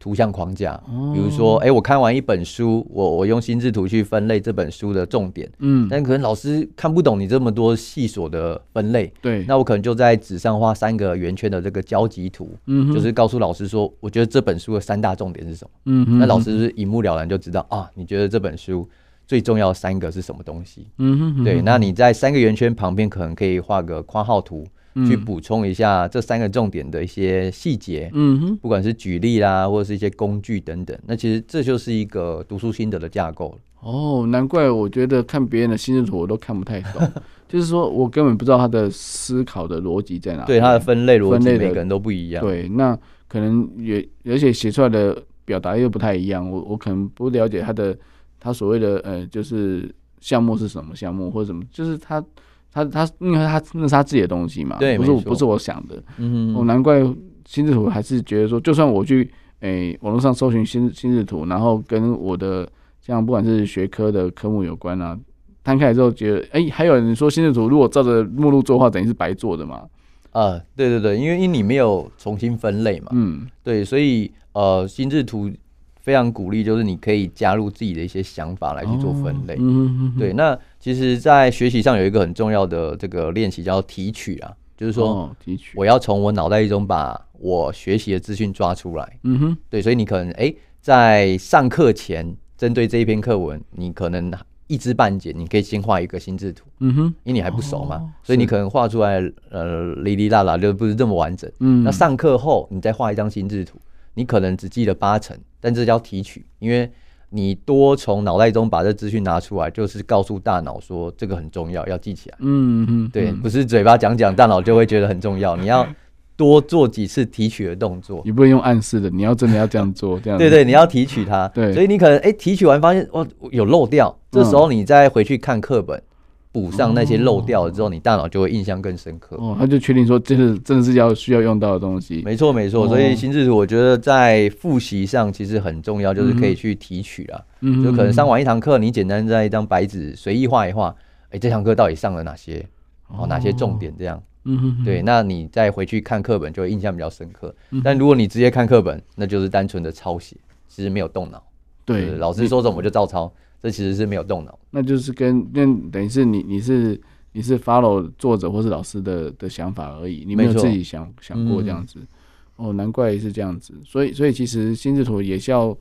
Speaker 2: 图像框架，
Speaker 1: 哦
Speaker 2: 比如说，诶，我看完一本书，我我用心智图去分类这本书的重点，
Speaker 1: 嗯，
Speaker 2: 但可能老师看不懂你这么多细琐的分类，
Speaker 1: 对，
Speaker 2: 那我可能就在纸上画三个圆圈的这个交集图，
Speaker 1: 嗯哼，
Speaker 2: 就是告诉老师说，我觉得这本书的三大重点是什么。
Speaker 1: 嗯哼，
Speaker 2: 那老师是一目了然就知道啊，你觉得这本书最重要的三个是什么东西？
Speaker 1: 嗯哼，嗯哼，
Speaker 2: 对，那你在三个圆圈旁边可能可以画个括号图，去
Speaker 1: 嗯，
Speaker 2: 补充一下这三个重点的一些细节，
Speaker 1: 嗯哼，
Speaker 2: 不管是举例啦，或者是一些工具等等。那其实这就是一个读书心得的架构了。
Speaker 1: 哦，难怪我觉得看别人的心智图我都看不太 懂，就是说我根本不知道他的思考的逻辑在哪里。
Speaker 2: 对它的分类逻
Speaker 1: 啊分
Speaker 2: 辑，
Speaker 1: 类的
Speaker 2: 每个人都不一样。
Speaker 1: 对，那可能也而且写出来的表达又不太一样，我我可能不了解他的他所谓的呃就是项目是什么项目或者什么，就是他他他因为他那是他自己的东西嘛，
Speaker 2: 对
Speaker 1: 不是
Speaker 2: 没
Speaker 1: 我不
Speaker 2: 错
Speaker 1: 是我想的，
Speaker 2: 嗯
Speaker 1: 我、
Speaker 2: 哼，
Speaker 1: 难怪心智图还是觉得说，就算我去诶、网络上搜寻心心智图，然后跟我的像不管是学科的科目有关啊，摊开来之后觉得，诶、还有人说心智图如果照着目录做的话，等于是白做的嘛。
Speaker 2: 啊，对对对，因为因为你没有重新分类嘛，
Speaker 1: 嗯
Speaker 2: 对，所以呃，心智图非常鼓励，就是你可以加入自己的一些想法来去做分类。
Speaker 1: 嗯，
Speaker 2: 对，，那其实，在学习上有一个很重要的这个练习叫提取啊，就是说
Speaker 1: 哦提取，
Speaker 2: 我要从我脑袋中把我学习的资讯抓出来。
Speaker 1: 嗯哼，
Speaker 2: 对，所以你可能诶，在上课前针对这一篇课文，你可能一知半解，你可以先画一个心智图，
Speaker 1: 嗯哼，
Speaker 2: 因为你还不熟嘛，
Speaker 1: 哦
Speaker 2: 所以你
Speaker 1: 是
Speaker 2: 可能画出来呃哩哩啦啦就不是这么完整。
Speaker 1: 嗯，
Speaker 2: 那上课后你再画一张心智图，你可能只记得八成，但这叫提取，因为你多从脑袋中把这资讯拿出来，就是告诉大脑说这个很重要，要记起来。
Speaker 1: 嗯，嗯哼，
Speaker 2: 对，
Speaker 1: 嗯
Speaker 2: 不是嘴巴讲讲，大脑就会觉得很重要。你要多做几次提取的动作。
Speaker 1: 你不能用暗示的，你要真的要这样 做，这样
Speaker 2: 对对，你要提取它。
Speaker 1: 对
Speaker 2: 所以你可能哎、诶提取完发现哦有漏掉，这时候你再回去看课本，补上那些漏掉了之后，你大脑就会印象更深刻。
Speaker 1: 哦，他就确定说这是真的是要需要用到的东西，
Speaker 2: 没错，没错。
Speaker 1: 哦
Speaker 2: 所以心智图我觉得在复习上其实很重要，就是可以去提取啊，
Speaker 1: 嗯
Speaker 2: 就可能上
Speaker 1: 完
Speaker 2: 完一堂课，你简单在一张白纸随意画一画，哎、这堂课到底上了哪些，哦，哪些重，点这样。
Speaker 1: 嗯哼，嗯嗯
Speaker 2: 对，，那你再回去看课本就会印象比较深刻。但如果你直接看课本，那就是单纯的抄写，其实没有动脑。就是
Speaker 1: 对，
Speaker 2: 老师说什么就照抄，这其实是没有动脑。
Speaker 1: 那就是跟那等于是你你是你是 follow 作者或是老师的的想法而已，你没有
Speaker 2: 没错嗯
Speaker 1: 自己想想过这样子。哦，难怪是这样子，所以所以其实心智图也是要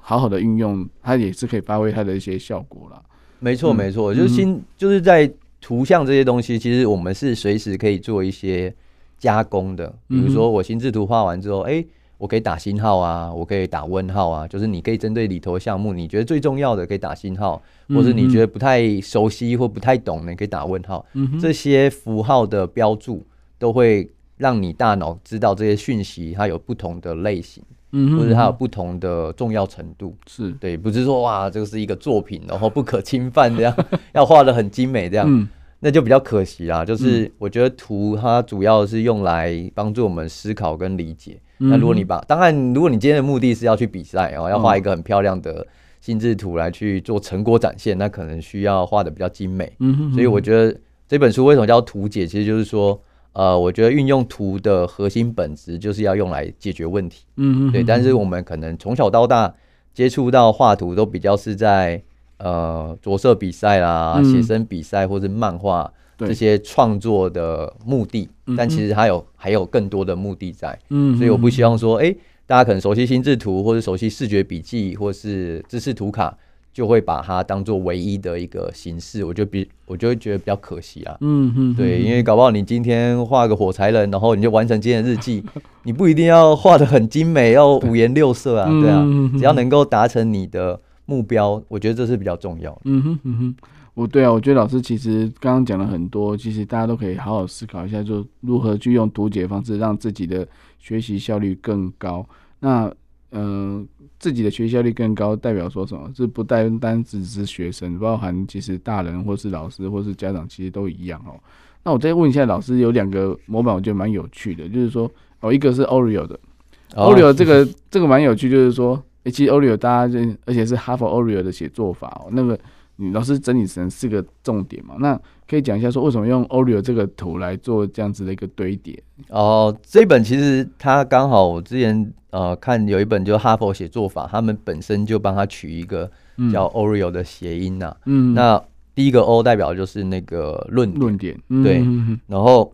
Speaker 1: 好好的运用，它也是可以发挥它的一些效果啦。
Speaker 2: 没错，
Speaker 1: 嗯
Speaker 2: 没错，就是
Speaker 1: 嗯
Speaker 2: 心，就是在图像这些东西，其实我们是随时可以做一些加工的。比
Speaker 1: 嗯
Speaker 2: 如说，我心智图画完之后，哎、我可以打星号啊，我可以打问号啊，就是你可以针对里头的项目，你觉得最重要的可以打星号，或者你觉得不太熟悉或不太懂的，你可以打问号。
Speaker 1: 嗯哼，
Speaker 2: 这些符号的标注都会让你大脑知道这些讯息它有不同的类型，
Speaker 1: 嗯哼
Speaker 2: 或者它有不同的重要程度。
Speaker 1: 是，
Speaker 2: 对，不是说哇，这个是一个作品，然后不可侵犯这样， 要画的很精美这样，
Speaker 1: 嗯
Speaker 2: 那就比较可惜啦。就是我觉得图它主要是用来帮助我们思考跟理解。
Speaker 1: 嗯
Speaker 2: 那如果你把，当然，如果你今天的目的是要去比赛哦，要
Speaker 1: 嗯
Speaker 2: 画一个很漂亮的心智图来去做成果展现，那可能需要画的比较精美。
Speaker 1: 嗯哼，
Speaker 2: 所以我觉得这本书为什么叫图解，其实就是说，呃，我觉得运用图的核心本质就是要用来解决问题。
Speaker 1: 嗯哼，
Speaker 2: 对，但是我们可能从小到大接触到画图都比较是在呃着色比赛啦、
Speaker 1: 嗯
Speaker 2: 写生比赛或是漫画
Speaker 1: 对
Speaker 2: 这些创作的目的，但其实它有还有更多的目的在，
Speaker 1: 嗯，
Speaker 2: 所以我不希望说，诶，大家可能熟悉心智图，或者熟悉视觉笔记，或是知识图卡。就会把它当做唯一的一个形式，我就比我就会觉得比较可惜啊。
Speaker 1: 嗯哼，
Speaker 2: 对，因为搞不好你今天画个火柴人，然后你就完成今天的日记， 你不一定要画的很精美，要五颜六色啊，
Speaker 1: 嗯
Speaker 2: 对啊
Speaker 1: 嗯嗯，
Speaker 2: 只要能够达成你的目标，我觉得这是比较重要的。
Speaker 1: 嗯哼嗯哼，我对啊，我觉得老师其实刚刚讲了很多，其实大家都可以好好思考一下，就如何去用读解方式让自己的学习效率更高。那呃，自己的学习效率更高，代表说什么？这不单单只是学生，包含其实大人或是老师或是家长，其实都一样哦。那我再问一下老师，有两个模板我觉得蛮有趣的，就是说哦，一个是 Oreo 的、
Speaker 2: 哦
Speaker 1: Oreo 啊这个 这个蛮有趣，就是说，诶其实 Oreo 大家就而且是哈佛 Oreo 的写作法哦，那个你老师整理成四个重点嘛，那可以讲一下说为什么用 Oreo 这个图来做这样子的一个堆叠？
Speaker 2: 哦，这本其实它刚好我之前呃看有一本就是哈佛写作法，他们本身就帮他取一个
Speaker 1: 嗯
Speaker 2: 叫 Oreo 的谐音呐、
Speaker 1: 嗯
Speaker 2: 那第一个 O 代表就是那个论点，
Speaker 1: 论点，嗯
Speaker 2: 对
Speaker 1: 嗯
Speaker 2: 然后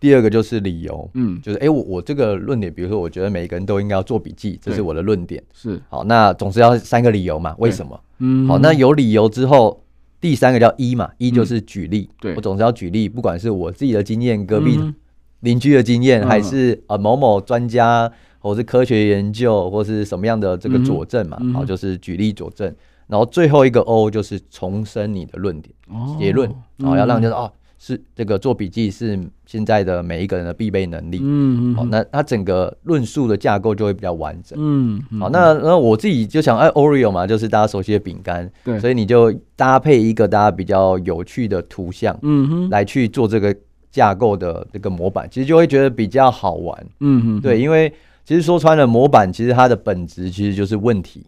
Speaker 2: 第二个就是理由，
Speaker 1: 嗯
Speaker 2: 就是哎、诶我我这个论点，比如说我觉得每个人都应该要做笔记，这是
Speaker 1: 对
Speaker 2: 我的论点。
Speaker 1: 是，
Speaker 2: 好，那总是要三个理由嘛？为
Speaker 1: 对
Speaker 2: 什么？
Speaker 1: 嗯
Speaker 2: 好，那有理由之后，第三个叫一嘛，一就是举例。
Speaker 1: 嗯对
Speaker 2: 我总是要举例，不管是我自己的经验、隔壁
Speaker 1: 嗯
Speaker 2: 邻居的经验，
Speaker 1: 嗯
Speaker 2: 还是呃某某专家或是科学研究，或是什么样的这个
Speaker 1: 嗯哼
Speaker 2: 佐证嘛
Speaker 1: 嗯？
Speaker 2: 好，
Speaker 1: 哼
Speaker 2: 就是举例佐证。然后最后一个 O 就是重申你的论点、
Speaker 1: 哦
Speaker 2: 结论，好，要让人
Speaker 1: 嗯
Speaker 2: 家哦，是这个做笔记是现在的每一个人的必备能力。
Speaker 1: 嗯嗯
Speaker 2: 好，哦那它整个论述的架构就会比较完整。
Speaker 1: 嗯嗯
Speaker 2: 好，那那我自己就想，哎，Oreo 嘛，就是大家熟悉的饼干，
Speaker 1: 对
Speaker 2: 所以你就搭配一个大家比较有趣的图像、
Speaker 1: 嗯哼
Speaker 2: 来去做这个架构的这个模板，其实就会觉得比较好玩。
Speaker 1: 嗯哼
Speaker 2: 对，因为其实说穿了，模板其实它的本质其实就是问题。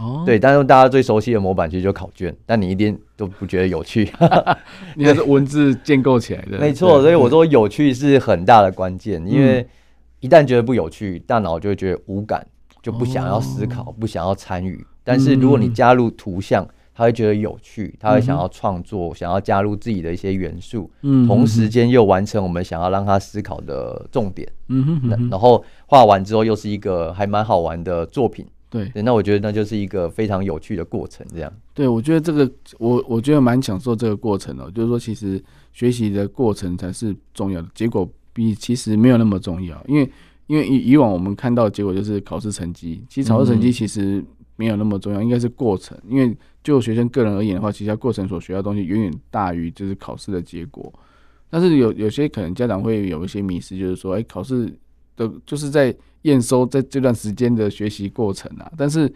Speaker 1: 哦
Speaker 2: 对，但是大家最熟悉的模板其实就考卷，但你一点都不觉得有趣。
Speaker 1: 你还是文字建构起来的，
Speaker 2: 没错，
Speaker 1: 对嗯
Speaker 2: 所以我说有趣是很大的关键，因为一旦觉得不有趣，大脑就会觉得无感，就不想要思
Speaker 1: 哦
Speaker 2: 考，不想要参与。但是如果你加入图像，他会觉得有趣，他会想要创作，想要加入自己的一些元素，
Speaker 1: 嗯
Speaker 2: 同时间又完成我们想要让他思考的重点。
Speaker 1: 嗯哼嗯
Speaker 2: 那
Speaker 1: 哼，
Speaker 2: 然后画完之后又是一个还蛮好玩的作品。
Speaker 1: 对
Speaker 2: 对，那我觉得那就是一个非常有趣的过程，这样。
Speaker 1: 对，我觉得这个我我觉得蛮享受这个过程哦，就是说其实学习的过程才是重要的，结果比其实没有那么重要，因为因为以以往我们看到的结果就是考试成绩，其实考试成
Speaker 2: 嗯
Speaker 1: 绩其实没有那么重要，应该是过程，因为就学生个人而言的话，其实他过程所学到的东西远远大于就是考试的结果。但是有有些可能家长会有一些迷失，就是说，哎、考试的就是在验收在这段时间的学习过程啊。但是，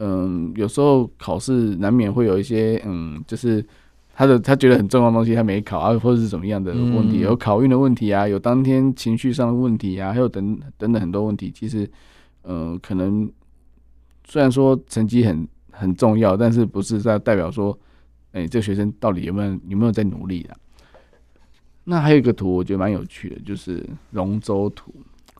Speaker 1: 嗯，有时候考试难免会有一些，嗯，就是他的他觉得很重要的东西他没考啊，或者是怎么样的问题，
Speaker 2: 嗯
Speaker 1: 有考运的问题啊，有当天情绪上的问题啊，还有等等等很多问题。其实，嗯、可能虽然说成绩很很重要，但是不是在代表说，哎、这学生到底有没有有没有在努力啊？那还有一个图，我觉得蛮有趣的，就是龙舟图。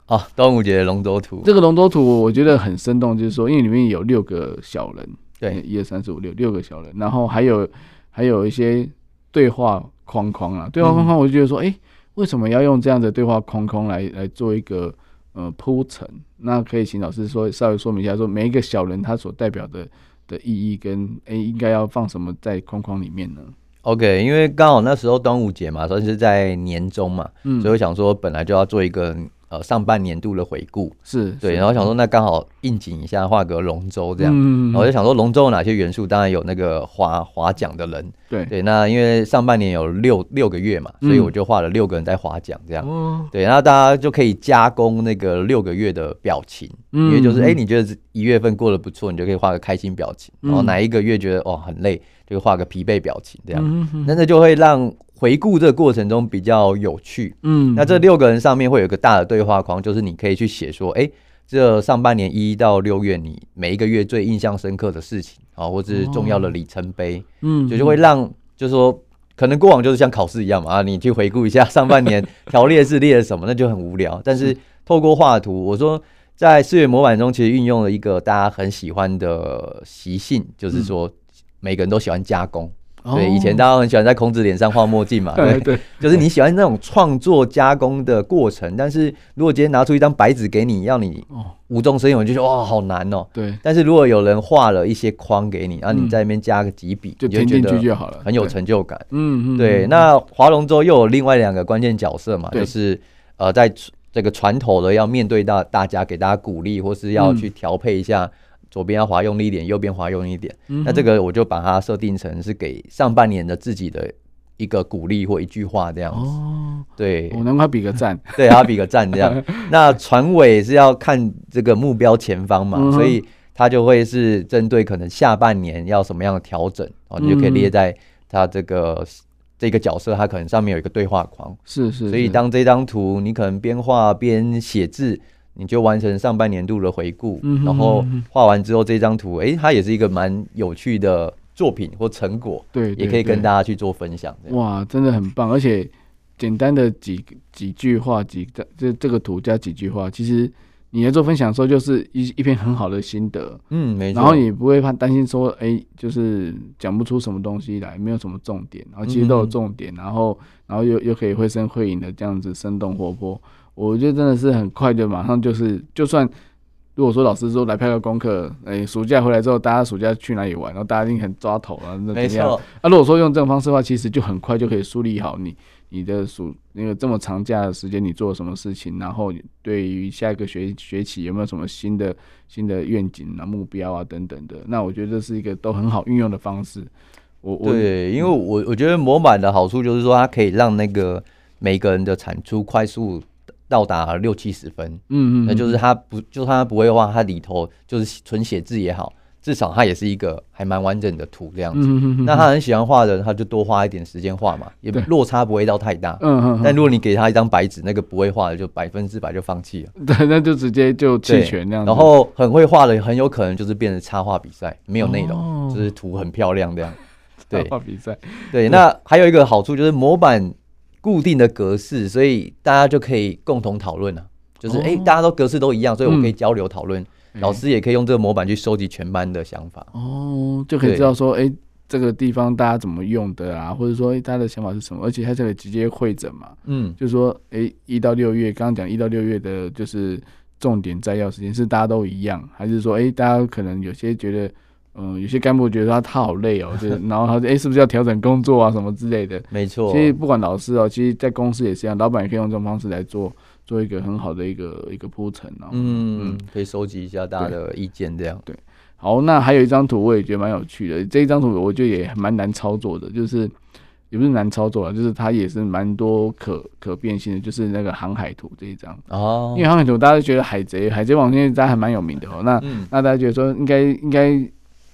Speaker 2: 哦，端午节的龙舟图，
Speaker 1: 这个龙舟图我觉得很生动，就是说，因为里面有六个小人，
Speaker 2: 对，
Speaker 1: 一二三四五六六个小人，然后还有还有一些对话框框啊，对话框框，
Speaker 2: 嗯
Speaker 1: 我就觉得说，哎、为什么要用这样的对话框框来来做一个呃铺陈？那可以请老师说稍微说明一下，说每一个小人他所代表的的意义跟哎、应该要放什么在框框里面呢？
Speaker 2: OK，因为刚好那时候端午节嘛，算是在年中嘛，
Speaker 1: 嗯
Speaker 2: 所以我想说本来就要做一个呃上半年度的回顾，
Speaker 1: 是
Speaker 2: 对，
Speaker 1: 是
Speaker 2: 然后想说那刚好应景一下画个龙舟这样，
Speaker 1: 嗯
Speaker 2: 然后我就想说龙舟有哪些元素，当然有那个划划桨的人，
Speaker 1: 对
Speaker 2: 对，那因为上半年有六六个月嘛，所以
Speaker 1: 嗯
Speaker 2: 我就画了六个人在划桨这样。
Speaker 1: 哦，
Speaker 2: 对，然后大家就可以加工那个六个月的表情，因为
Speaker 1: 嗯
Speaker 2: 就是哎、你觉得一月份过得不错，你就可以画个开心表情；然后
Speaker 1: 嗯
Speaker 2: 哪一个月觉得哦很累，就画个疲惫表情这样。
Speaker 1: 嗯嗯
Speaker 2: 那那就会让回顾这个过程中比较有趣。
Speaker 1: 嗯
Speaker 2: 那这六个人上面会有一个大的对话框，就是你可以去写说，哎、这上半年一到六月，你每一个月最印象深刻的事情啊，或是重要的里程碑，
Speaker 1: 哦嗯
Speaker 2: 就就会让，就是说，可能过往就是像考试一样嘛，啊，你去回顾一下上 半年条列是列了什么，那就很无聊。但是透过画图，我说在四月模板中，其实运用了一个大家很喜欢的习性，
Speaker 1: 嗯
Speaker 2: 就是说每个人都喜欢加工。对，以前大
Speaker 1: 的
Speaker 2: 家很喜欢在孔子脸上画墨镜嘛，啊对，
Speaker 1: 哦对
Speaker 2: 就是你喜欢那种创作加工的过程。但是如果今天拿出一张白纸给你，要你
Speaker 1: 哦
Speaker 2: 无中生有，你就觉得哇，好难哦。
Speaker 1: 对，
Speaker 2: 但是如果有人画了一些框给你，然后你
Speaker 1: 嗯
Speaker 2: 在那边加个几笔，
Speaker 1: 就
Speaker 2: 你就
Speaker 1: 填
Speaker 2: 觉
Speaker 1: 进去
Speaker 2: 得
Speaker 1: 就好了，
Speaker 2: 很有
Speaker 1: 对
Speaker 2: 成就感。
Speaker 1: 嗯嗯，
Speaker 2: 对，
Speaker 1: 嗯
Speaker 2: 那划龙舟又有另外两个关键角色嘛，
Speaker 1: 对
Speaker 2: 就是呃，在这个船头的要面对到大家，给大家鼓励，或是要
Speaker 1: 嗯
Speaker 2: 去调配一下，左边要划用力一点，右边划用力一点。
Speaker 1: 嗯
Speaker 2: 那这个我就把它设定成是给上半年的自己的一个鼓励或一句话这样子。
Speaker 1: 哦，
Speaker 2: 对
Speaker 1: 我能快比个赞，
Speaker 2: 对，他比个赞这 样。那船尾是要看这个目标前方嘛，
Speaker 1: 嗯哼
Speaker 2: 所以它就会是
Speaker 1: 嗯
Speaker 2: 针对可能下半年要什么样的调整，哦，你就可以列在它这个这个角色他可能上面有一个对话框，
Speaker 1: 是是，
Speaker 2: 所以
Speaker 1: 是
Speaker 2: 当这张图你可能边画边写字，你就完成上半年度的回顾，
Speaker 1: 嗯哼
Speaker 2: 然后
Speaker 1: 嗯哼
Speaker 2: 画完之后这张图，诶，它也是一个蛮有趣的作品或成果，
Speaker 1: 对
Speaker 2: 也可以跟
Speaker 1: 家
Speaker 2: 大家去做分享。这样
Speaker 1: 哇，真的很棒，而且简单的几几句话，几个这这个图加几句话，其实你在做分享的时候，就是一一篇很好的心得，
Speaker 2: 嗯，没错。
Speaker 1: 然后也不会怕担心说，哎、就是讲不出什么东西来，没有什么重点，然后其实都有
Speaker 2: 嗯
Speaker 1: 重点，然后然后又又可以绘声绘影的这样子生动活泼，我觉得真的是很快就马上就是，就算如果说老师说来拍个功课，哎、暑假回来之后大家暑假去哪里玩，然后大家一定很抓头啊，那怎么
Speaker 2: 没
Speaker 1: 样
Speaker 2: 错，
Speaker 1: 啊，如果说用这种方式的话，其实就很快就可以梳理好你你的暑那个这么长假的时间，你做了什么事情，然后你对于下一个学学期有没有什么新的新的愿景啊、目标啊等等的。那我觉得这是一个都很好运用的方式。我我
Speaker 2: 对，因为我我觉得模板的好处就是说，它可以让那个每个人的产出快速到达六七十分，
Speaker 1: 嗯嗯，
Speaker 2: 那就是
Speaker 1: 嗯
Speaker 2: 他不，就算他不会画，他里头就是纯写字也好，至少它也是一个还蛮完整的图这样
Speaker 1: 嗯
Speaker 2: 子。
Speaker 1: 嗯嗯，
Speaker 2: 那他很喜欢画的人，他就多花一点时间画嘛，也
Speaker 1: 对
Speaker 2: 落差不会到太大。
Speaker 1: 嗯嗯，
Speaker 2: 但如果你给他一张白纸，那个不会画的就百分之百就放弃了。
Speaker 1: 对，那就直接就弃
Speaker 2: 对
Speaker 1: 权那样子。
Speaker 2: 然后很会画的，很有可能就是变成插画比赛，没有内容，
Speaker 1: 哦
Speaker 2: 就是图很漂 亮这样。对
Speaker 1: 画比赛，
Speaker 2: 对，那还有一个好处就是模板固定的格式，所以大家就可以共同讨论了。就是
Speaker 1: 哦
Speaker 2: 哎、诶大家都格式都一样，所以我
Speaker 1: 嗯
Speaker 2: 可以交流讨论。老师也可以用这个模板去收集全班的想法。
Speaker 1: 哦，就可以
Speaker 2: 对
Speaker 1: 知道说，哎、这个地方大家怎么用的啊，或者说、诶大家的想法是什么，而且他这里直接会诊嘛。
Speaker 2: 嗯，
Speaker 1: 就是说，诶、一到六月，刚刚讲一到六月的，就是重点摘要时间是大家都一样，还是说，诶、大家可能有些觉得，嗯、有些干部觉得他他好累哦，就是，然后他说，诶、是不是要调整工作啊，什么之类的。
Speaker 2: 没错。
Speaker 1: 其实不管老师哦，其实在公司也是一样，老板也可以用这种方式来做做一个很好的一个一个铺陈哦。
Speaker 2: 嗯，可以收集一下大家的意见，这样。
Speaker 1: 好，那还有一张图我也觉得蛮有趣的，这一张图我觉得也蛮难操作的，就是也不是难操作啊，就是它也是蛮多可可变性的，就是那个航海图这一张。
Speaker 2: 哦
Speaker 1: 因为，航海图大家都觉得海贼，海贼王现在大家还蛮有名的哦。那
Speaker 2: 嗯，
Speaker 1: 那大家觉得说应该应该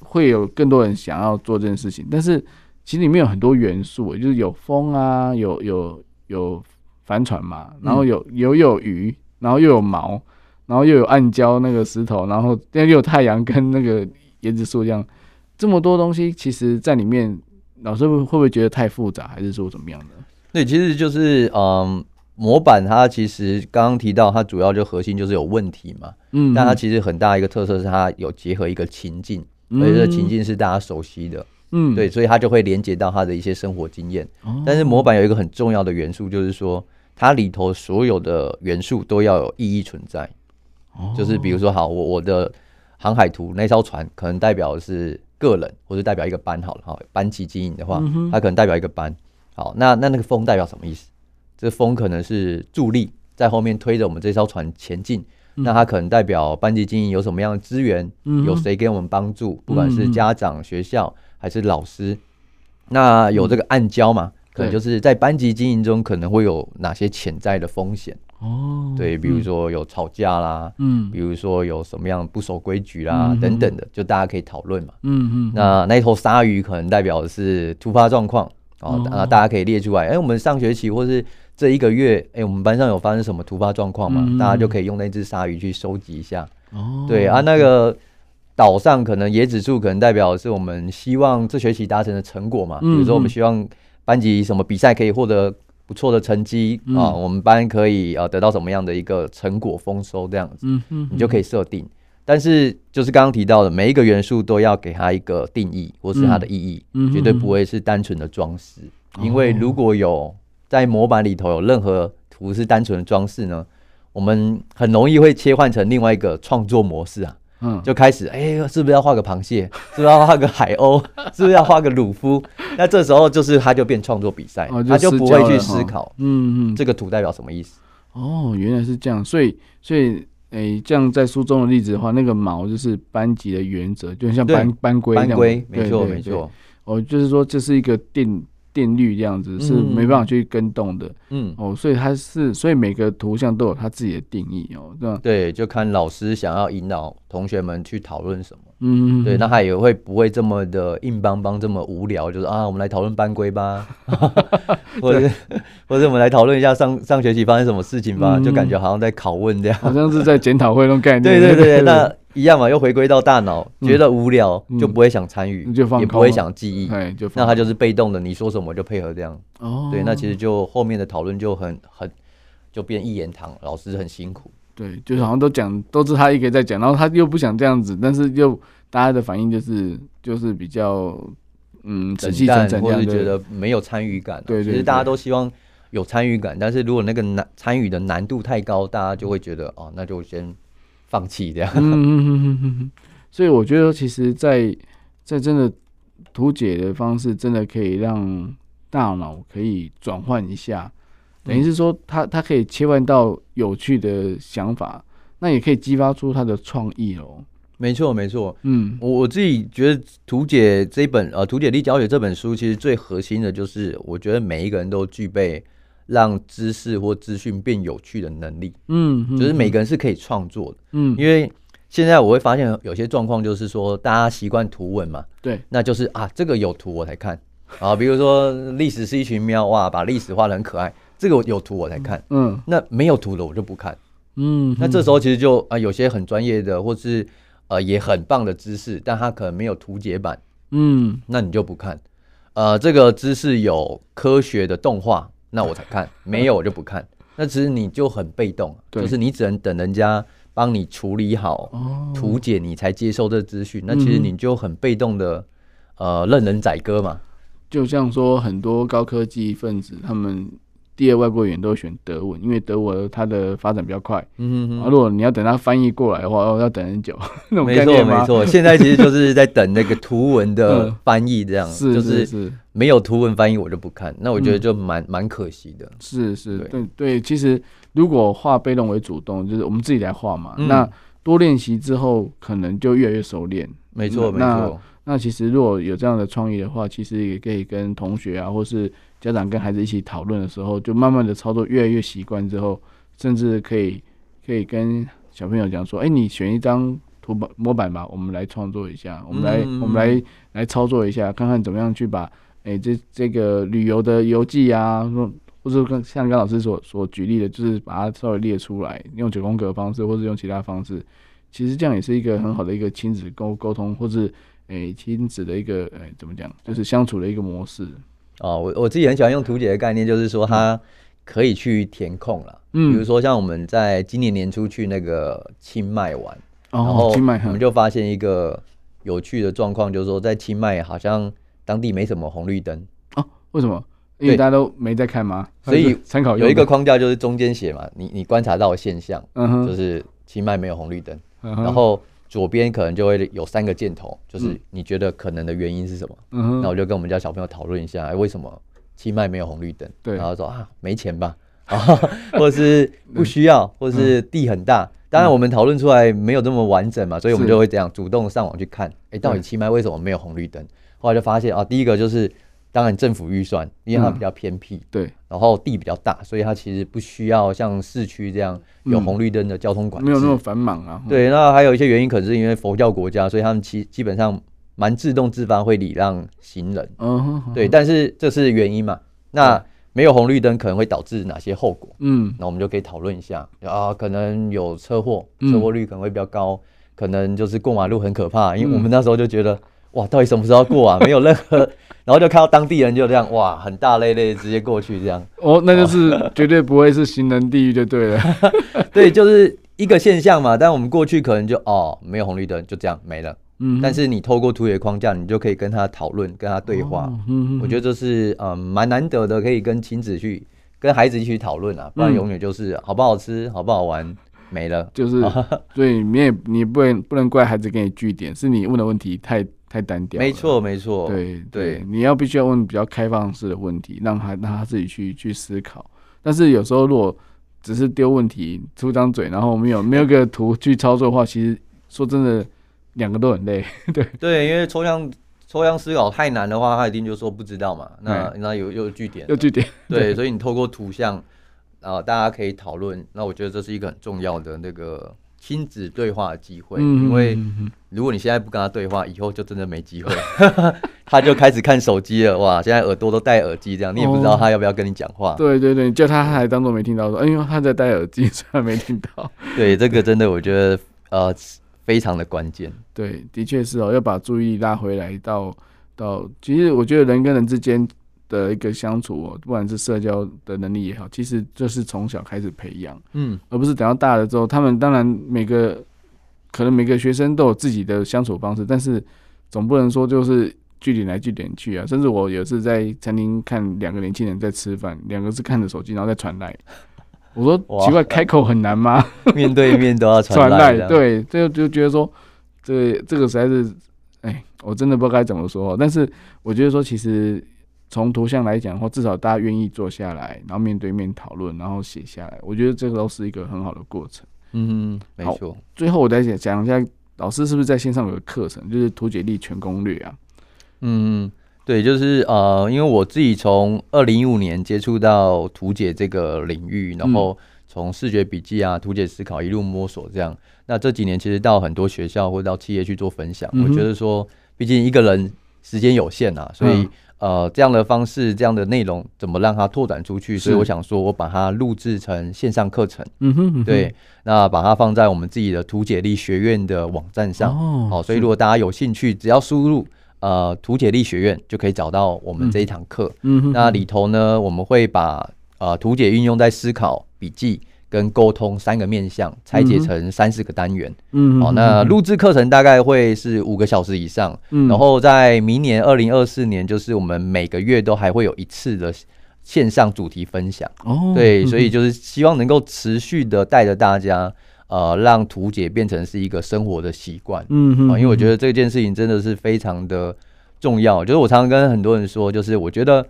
Speaker 1: 会有更多人想要做这件事情，但是其实里面有很多元素，就是有风啊，有有有帆船嘛，然
Speaker 2: 嗯
Speaker 1: 后有有有鱼，然后又有毛，然后又有暗礁那个石头，然后又有太阳跟那个椰子树这样，这么多东西，其实在里面老师会会不会觉得太复杂，还是说怎么样的？
Speaker 2: 对，其实就是嗯，模板它其实刚刚提到，它主要就核心就是有问题嘛。
Speaker 1: 嗯，
Speaker 2: 但它其实很大一个特色是它有结合一个情境，
Speaker 1: 嗯
Speaker 2: 而且这情，境是大家熟悉的，
Speaker 1: 嗯，
Speaker 2: 对，所以它就会连接到他的一些生活经验。
Speaker 1: 哦，
Speaker 2: 但是模板有一个很重要的元素，就是说它里头所有的元素都要有意义存在。就是比如说，好，我我的航海图那艘船可能代表的是个人，或者代表一个班好了，哈，班级经营的话，它可能代表一个班。好，那那那个风代表什么意思？这风可能是助力在后面推着我们这艘船前进。那它可能代表班级经营有什么样的资源，
Speaker 1: 嗯
Speaker 2: 有
Speaker 1: 哼
Speaker 2: 谁给我们帮助，不管是
Speaker 1: 嗯嗯
Speaker 2: 家长、学校还是老师。那有这个暗礁嘛，可能
Speaker 1: 嗯对
Speaker 2: 就是在班级经营中可能会有哪些潜在的风险？
Speaker 1: 哦，
Speaker 2: 对，比如说有吵架啦，
Speaker 1: 嗯，
Speaker 2: 比如说有什么样不守规矩啦、
Speaker 1: 嗯
Speaker 2: 等等的，就大家可以讨论嘛。
Speaker 1: 嗯嗯，
Speaker 2: 那那头鲨鱼可能代表的是突发状况，哦
Speaker 1: 哦，
Speaker 2: 那大家可以列出来。哎、我们上学期或是这一个月，哎、我们班上有发生什么突发状况嘛？
Speaker 1: 嗯
Speaker 2: 大家就可以用那只鲨鱼去收集一下。
Speaker 1: 哦，
Speaker 2: 对啊，那个岛上可能椰子树可能代表的是我们希望这学期达成的成果嘛，比如说我
Speaker 1: 嗯嗯
Speaker 2: 们希望班级什么比赛可以获得不错的成绩啊、
Speaker 1: 嗯
Speaker 2: 我们班可以呃得到什么样的一个成果丰收这样子。
Speaker 1: 嗯嗯，
Speaker 2: 你就可以设定。但是就是刚刚提到的，每一个元素都要给它一个定义或是它的意义，
Speaker 1: 嗯嗯
Speaker 2: 绝对不会是单纯的装饰。因为
Speaker 1: 哦
Speaker 2: 如果有在模板里头有任何图是单纯的装饰呢，我们很容易会切换成另外一个创作模式啊，
Speaker 1: 嗯
Speaker 2: 就开始哎、是不是要画个螃蟹？是不是要画个海鸥？是不是要画个鲁夫？那这时候就是它就变创作比赛，
Speaker 1: 哦
Speaker 2: 它就
Speaker 1: 失
Speaker 2: 不
Speaker 1: 焦
Speaker 2: 会去
Speaker 1: 了
Speaker 2: 思
Speaker 1: 哈
Speaker 2: 考
Speaker 1: 嗯嗯，
Speaker 2: 这个图代表什么意思。
Speaker 1: 哦，原来是这样，所以所以。诶，这样在书中的例子的话，那个毛就是班级的原则，就很像
Speaker 2: 对
Speaker 1: 班班规那
Speaker 2: 班
Speaker 1: 样。
Speaker 2: 规没
Speaker 1: 对
Speaker 2: 错
Speaker 1: 对
Speaker 2: 没
Speaker 1: 对
Speaker 2: 错，
Speaker 1: 哦，就是说这是一个定定律这样子是没办法去跟动的、
Speaker 2: 嗯，
Speaker 1: 哦，所以它是，所以每个图像都有它自己的定义哦，那
Speaker 2: 对，就看老师想要引导同学们去讨论什么。
Speaker 1: 嗯，
Speaker 2: 对，那他也会不会这么的硬邦邦，这么无聊？就是啊，我们来讨论班 规吧，或者是或者我们来讨论一下上上学期发生什么事情吧，就
Speaker 1: 嗯
Speaker 2: 感觉好像在拷问这样。
Speaker 1: 好像是在检讨会那种概念，
Speaker 2: 对 对对对，那一样嘛，又回归到大脑，觉得无聊
Speaker 1: 嗯
Speaker 2: 就不会想参与
Speaker 1: 你，就放
Speaker 2: 也
Speaker 1: 空
Speaker 2: 不会想记忆，
Speaker 1: 哎，就
Speaker 2: 那他
Speaker 1: 就
Speaker 2: 就是被动的，你说什么就配合这样。
Speaker 1: 哦，
Speaker 2: 对，那其实就后面的讨论就很很就变一言堂，老师很辛苦。
Speaker 1: 对，就是好像都讲都是他一个在讲，然后他又不想这样子，但是又大家的反应就是就是比较嗯仔细
Speaker 2: 冷
Speaker 1: 层
Speaker 2: 淡
Speaker 1: 层这
Speaker 2: 或
Speaker 1: 样
Speaker 2: 是
Speaker 1: 的，
Speaker 2: 觉得没有参与感啊、
Speaker 1: 对对
Speaker 2: 其实
Speaker 1: 对
Speaker 2: 大家都希望有参与感，但是如果那个难参与的难度太高，大家就会觉得哦，那就先放弃这样。
Speaker 1: 嗯嗯嗯嗯嗯嗯，所以我觉得其实在，在真的图解的方式，真的可以让大脑可以转换一下，等于是说它它可以切换到有趣的想法，那也可以激发出它的创意哦。
Speaker 2: 没错，没错。
Speaker 1: 嗯
Speaker 2: 我我自己觉得《图解》这一本呃，《图解力教学》这本书，其实最核心的就是，我觉得每一个人都具备让知识或资讯变有趣的能力，
Speaker 1: 嗯，嗯
Speaker 2: 就是每个人是可以创作的。
Speaker 1: 嗯
Speaker 2: 因为现在我会发现有些状况就是说，大家习惯图文嘛，
Speaker 1: 对，
Speaker 2: 那就是啊，这个有图我才看啊。比如说历史是一群喵，哇，把历史画得很可爱，这个我有图我才看。
Speaker 1: 嗯
Speaker 2: 那没有图的我就不看。
Speaker 1: 嗯，
Speaker 2: 那这时候其实就啊，有些很专业的或是呃也很棒的知识，但它可能没有图解版，
Speaker 1: 嗯
Speaker 2: 那你就不看。呃，这个知识有科学的动画，那我才 看；没有我就不看。那其实你就很被动，啊
Speaker 1: 对
Speaker 2: 就是你只能等人家帮你处理好
Speaker 1: 哦，
Speaker 2: 图解你才接受这资讯，那其实
Speaker 1: 嗯
Speaker 2: 你就很被动的，呃，任人宰割嘛。
Speaker 1: 就像说很多高科技分子他们。第二外国语言都选德文，因为德文它的发展比较快。
Speaker 2: 嗯
Speaker 1: 啊，如果你要等它翻译过来的话，哦，要等很久， 那种
Speaker 2: 没
Speaker 1: 概
Speaker 2: 错
Speaker 1: 念吗？
Speaker 2: 没错，现在其实就是在等那个图文的
Speaker 1: 嗯
Speaker 2: 翻译，这样、
Speaker 1: 是
Speaker 2: 就是是
Speaker 1: 是
Speaker 2: 没有图文翻译我就不看，那我觉得
Speaker 1: 嗯
Speaker 2: 就蛮蛮、可惜的。
Speaker 1: 是是，
Speaker 2: 对
Speaker 1: 对对，其实如果化被动为主动，就是我们自己来画嘛。
Speaker 2: 嗯
Speaker 1: 那多练习之后，可能就越来越熟练。
Speaker 2: 没错没
Speaker 1: 那
Speaker 2: 错，
Speaker 1: 那其实如果有这样的创意的话，其实也可以跟同学啊，或是家长跟孩子一起讨论的时候，就慢慢的操作越来越习惯之后，甚至可以可以跟小朋友讲说，哎、你选一张图板模板吧，我们来创作一下，我们来、
Speaker 2: 嗯
Speaker 1: 我们来来操作一下，看看怎么样去把哎、这这个旅游的游记啊，或或者跟像刚老师所所举例的，就是把它稍微列出来，用九宫格的方式，或者用其他方式，其实这样也是一个很好的一个亲子沟沟通，或是诶亲子的一个诶怎么讲，
Speaker 2: 嗯
Speaker 1: 就是相处的一个模式。
Speaker 2: 啊，我我自己很喜欢用图解的概念，就是说它可以去填空了。
Speaker 1: 嗯
Speaker 2: 比如说像我们在今年年初去那个清迈玩，然后
Speaker 1: 哦，清迈
Speaker 2: 我
Speaker 1: 很
Speaker 2: 们就发现一个有趣的状况，就是说在清迈好像当地没什么红绿灯，
Speaker 1: 哦，为什么？因为
Speaker 2: 对
Speaker 1: 大家都没在看嘛，
Speaker 2: 所以
Speaker 1: 还是参考
Speaker 2: 有一
Speaker 1: 哦用的
Speaker 2: 个框架就是中间写嘛，你你观察到的现象
Speaker 1: 嗯哼，
Speaker 2: 就是清迈没有红绿灯，
Speaker 1: 嗯哼
Speaker 2: 然后左边可能就会有三个箭头，就是
Speaker 1: 嗯
Speaker 2: 你觉得可能的原因是什么？
Speaker 1: 嗯
Speaker 2: 那
Speaker 1: 哼，
Speaker 2: 我就跟我们家小朋友讨论一下，哎，为什么清迈没有红绿灯？
Speaker 1: 对
Speaker 2: 然后说啊，没钱吧， 啊，或者是不需要，或者是地很大。当然，我们讨论出来没有这么完整嘛，所以我们
Speaker 1: 是
Speaker 2: 就会这样主动上网去看，哎，到底
Speaker 1: 对
Speaker 2: 清迈为什么没有红绿灯？后来就发现啊，第一个就是当然政府预算，因为它
Speaker 1: 嗯
Speaker 2: 比较偏僻，
Speaker 1: 对，
Speaker 2: 然后地比较大，所以它其实不需要像市区这样有
Speaker 1: 嗯
Speaker 2: 红绿灯的交通管制。
Speaker 1: 没有那么繁忙啊。
Speaker 2: 对，那还有一些原因，可能是因为佛教国家，所以他们其基本上蛮自动自发会礼让行人。
Speaker 1: 嗯哼，嗯哼，
Speaker 2: 对，但是这是原因嘛？那没有红绿灯可能会导致哪些后果？
Speaker 1: 嗯
Speaker 2: 那我们就可以讨论一下啊，可能有车祸，
Speaker 1: 嗯
Speaker 2: 车祸率可能会比较高，可能就是过马路很可怕，因为
Speaker 1: 嗯
Speaker 2: 我们那时候就觉得。哇，到底什么时候要过啊？没有任 何，然后就看到当地人就这样，哇，很大累累，直接过去这样。
Speaker 1: 哦，那就是绝对不会是行人地狱就对了。
Speaker 2: 对，就是一个现象嘛。但我们过去可能就哦，没有红绿灯，就这样没了。
Speaker 1: 嗯哼，
Speaker 2: 但是你透过图解框架，你就可以跟他讨论，跟他对话。
Speaker 1: 哦，嗯
Speaker 2: 我觉
Speaker 1: 得
Speaker 2: 得这是呃蛮难得的，可以跟亲子去跟孩子一起讨论啊，不然
Speaker 1: 嗯
Speaker 2: 永远就是好不好吃、好不好玩没了。
Speaker 1: 就是，所以你也你不能不能怪孩子给你据点，是你问的问题太太单调。
Speaker 2: 没。错，没错，
Speaker 1: 对
Speaker 2: 对
Speaker 1: 对，你要必须要问比较开放式的问题，让他让他自己去去思考。但是有时候如果只是丢问题、出张嘴，然后没有没有 个图去操作的话，其实说真的，两个都很累。
Speaker 2: 对，因为抽象抽象思考太难的话，他一定就说不知道嘛。那、那有又有据点
Speaker 1: 又，哎据点，
Speaker 2: 对，所以你透过图像，啊、大家可以讨论。那我觉得这是一个很重要的那个亲子对话的机会，因为
Speaker 1: 嗯
Speaker 2: 如果你现在不跟他对话，以后就真的没机会。 他就开始看手机了，哇！现在耳朵都戴耳机，这样你也不知
Speaker 1: 哦
Speaker 2: 道他要不要跟你讲话。
Speaker 1: 对对对，叫他他还当做没听到说，哎因为他在戴耳机， 所以他没听到。
Speaker 2: 对，这个真的我觉得呃非常的关键。
Speaker 1: 对，的确是哦，要把注意力拉回来到到，其实我觉得人跟人之间的一个相处、哦，不管是社交的能力也好，其实就是从小开始培养，
Speaker 2: 嗯，
Speaker 1: 而不是等到大了之后，他们当然每个可能每个学生都有自己的相处方式，但是总不能说就是据点来据点去啊。甚至我有次在餐厅看两个年轻人在吃饭，两个是看着手机，然后在传 来，我说
Speaker 2: 哇
Speaker 1: 奇怪，开口很难吗？
Speaker 2: 面对面都要
Speaker 1: 传
Speaker 2: 传
Speaker 1: 来
Speaker 2: 这，样，
Speaker 1: 对，就就觉得说，这这个实在是，哎，我真的不知道该怎么说哦。但是我觉得说，其实从图像来讲的话，或至少大家愿意坐下来，然后面对面讨论，然后写下来，我觉得这个都是一个很好的过程。
Speaker 2: 嗯，没错。
Speaker 1: 最后我再讲讲一下，老师是不是在线上有个课程，就是图解力全攻略啊？
Speaker 2: 嗯，对，就是呃，因为我自己从二零一五年接触到图解这个领域，
Speaker 1: 嗯
Speaker 2: 然后从视觉笔记啊、图解思考一路摸索这样。那这几年其实到很多学校或到企业去做分享，
Speaker 1: 嗯哼
Speaker 2: 我觉得说，毕竟一个人时间有限啊，所以、
Speaker 1: 嗯
Speaker 2: 呃，这样的方式、这样的内容怎么让它拓展出去？所以
Speaker 1: 是
Speaker 2: 我想说，我把它录制成线上课程，
Speaker 1: 嗯哼，嗯哼
Speaker 2: 对，，那把它放在我们自己的图解力学院的网站上。
Speaker 1: 哦
Speaker 2: 啊好、所以如果大家有兴趣，只要输入呃图解力学院就可以找到我们这一堂课。
Speaker 1: 嗯哼，
Speaker 2: 那里头呢，我们会把呃图解运用在思考、笔记跟沟通三个面向，拆解成三四个单元。
Speaker 1: 嗯，嗯
Speaker 2: 好、那，录制课程大概会是五个小时以上，
Speaker 1: 嗯
Speaker 2: 然，后在明年二零二四年，就是我们每个月都还会有一次的线上主题分享。
Speaker 1: 哦，
Speaker 2: 对，所以
Speaker 1: 嗯
Speaker 2: 就是希望能够持续的带着大家，呃，让图解变成是一个生活的习惯。
Speaker 1: 嗯哼，
Speaker 2: 啊，因为我觉
Speaker 1: 得，
Speaker 2: 得这件事情真的是非常的重要。就是我常常跟很多人说，就是我觉得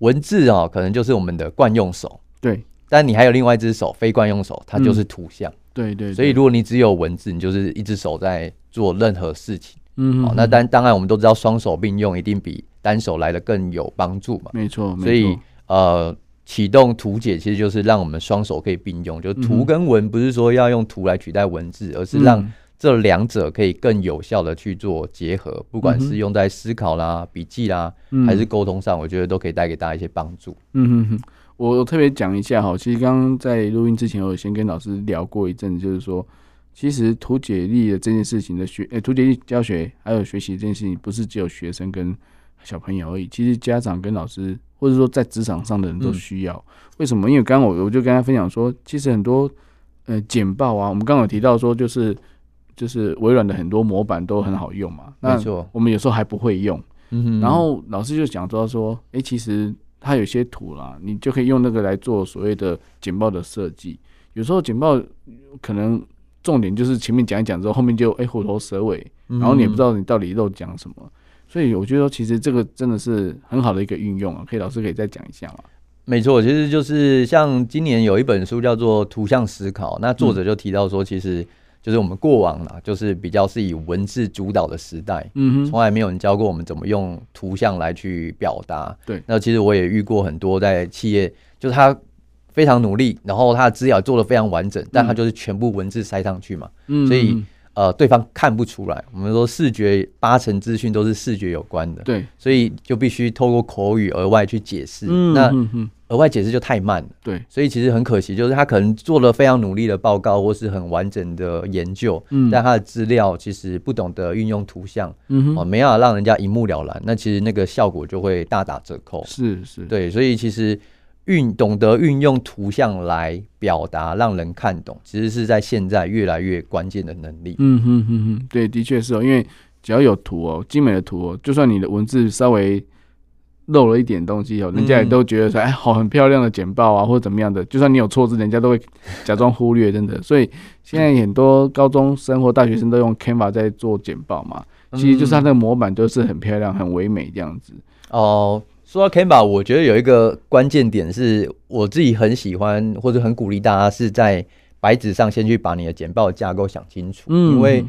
Speaker 2: 文字啊、可能就是我们的惯用手，
Speaker 1: 对
Speaker 2: 但你还有另外一只手，非惯用手，它就是图像。
Speaker 1: 对嗯对，
Speaker 2: 所以如果你只有文字，你就是一只手在做任何事情。
Speaker 1: 嗯
Speaker 2: 好、
Speaker 1: 哼，
Speaker 2: 那
Speaker 1: 嗯
Speaker 2: 当当然我们都知道，双手并用一定比单手来的更有帮助嘛。
Speaker 1: 没错，没
Speaker 2: 所以
Speaker 1: 错
Speaker 2: 呃，启动图解其实就是让我们双手可以并用，就
Speaker 1: 嗯
Speaker 2: 图
Speaker 1: 哼
Speaker 2: 跟文不是说要用图来取代文字，而是让
Speaker 1: 嗯
Speaker 2: 这两者可以更有效的去做结合，不管
Speaker 1: 嗯哼
Speaker 2: 是用在思考啦、笔记啦，
Speaker 1: 嗯
Speaker 2: 还是沟通上，我觉得都可以带给大家一些帮助。
Speaker 1: 嗯哼哼，我特别讲一下哈，其实刚刚在录音之前，我有先跟老师聊过一阵子，就是说，其实图解力的这件事情的学，呃，图解力教学还有学习这件事情，不是只有学生跟小朋友而已，其实家长跟老师，或者说在职场上的人都
Speaker 2: 嗯
Speaker 1: 需要。为什么？因为刚刚我我就跟他分享说，其实很多呃简报啊，我们刚刚有提到说，就是就是微软的很多模板都很好用嘛，那
Speaker 2: 没错，
Speaker 1: 我们有时候还不会用。
Speaker 2: 嗯哼
Speaker 1: 然后老师就讲到说，诶，其实它有些图啦，你就可以用那个来做所谓的简报的设计。有时候简报可能重点就是前面讲一讲之后，后面就诶虎头蛇尾，然后你也不知
Speaker 2: 道，
Speaker 1: 道你到底漏讲什么。所以我觉得说其实这个真的是很好的一个运用啊，可以老师可以再讲一下嘛。
Speaker 2: 没错，其实就是像今年有一本书叫做《图像思考》，那作
Speaker 1: 嗯
Speaker 2: 者就提到说，其实就是我们过往啦，就是比较是以文字主导的时代，
Speaker 1: 嗯哼，
Speaker 2: 从来没有人教过我们怎么用图像来去表达。
Speaker 1: 对
Speaker 2: 那其实我也遇过很多在企业，就是他非常努力，然后他的资料做的非常完整，但他就是全部文字塞上去嘛，
Speaker 1: 嗯
Speaker 2: 所以
Speaker 1: 嗯
Speaker 2: 呃，对方看不出来。我们说视觉八成资讯都是视觉有关的，
Speaker 1: 对，
Speaker 2: 所以就必须透过口语额外去解释。
Speaker 1: 嗯
Speaker 2: 那
Speaker 1: 嗯嗯，
Speaker 2: 额外解释就太慢了。
Speaker 1: 对，
Speaker 2: 所以其实很可惜，就是他可能做了非常努力的报告或是很完整的研究，
Speaker 1: 嗯
Speaker 2: 但他的资料其实不懂得运用图像，
Speaker 1: 嗯
Speaker 2: 哦，
Speaker 1: 哼，
Speaker 2: 没办法让人家一目了然，那其实那个效果就会大打折扣。
Speaker 1: 是是，，
Speaker 2: 对，所以其实运懂得运用图像来表达，让人看懂，其实是在现在越来越关键的能力。
Speaker 1: 嗯哼哼哼，对，的确是哦，因为只要有图哦，精美的图哦，就算你的文字稍微漏了一点东西哦，人家也
Speaker 2: 嗯
Speaker 1: 都觉得说，哎，好，很漂亮的简报啊，或者怎么样的，就算你有错字，人家都会假装忽略，真的。所以现在很多高中生或大学生都用 Canva 在做简报嘛，其实就是它
Speaker 2: 嗯
Speaker 1: 的模板都是很漂亮、很唯美这样子。
Speaker 2: 哦、说到 Canva，我觉得有一个关键点是我自己很喜欢，
Speaker 1: 嗯
Speaker 2: 或者很鼓励大家是在白纸上先去把你的简报架构想清楚，因为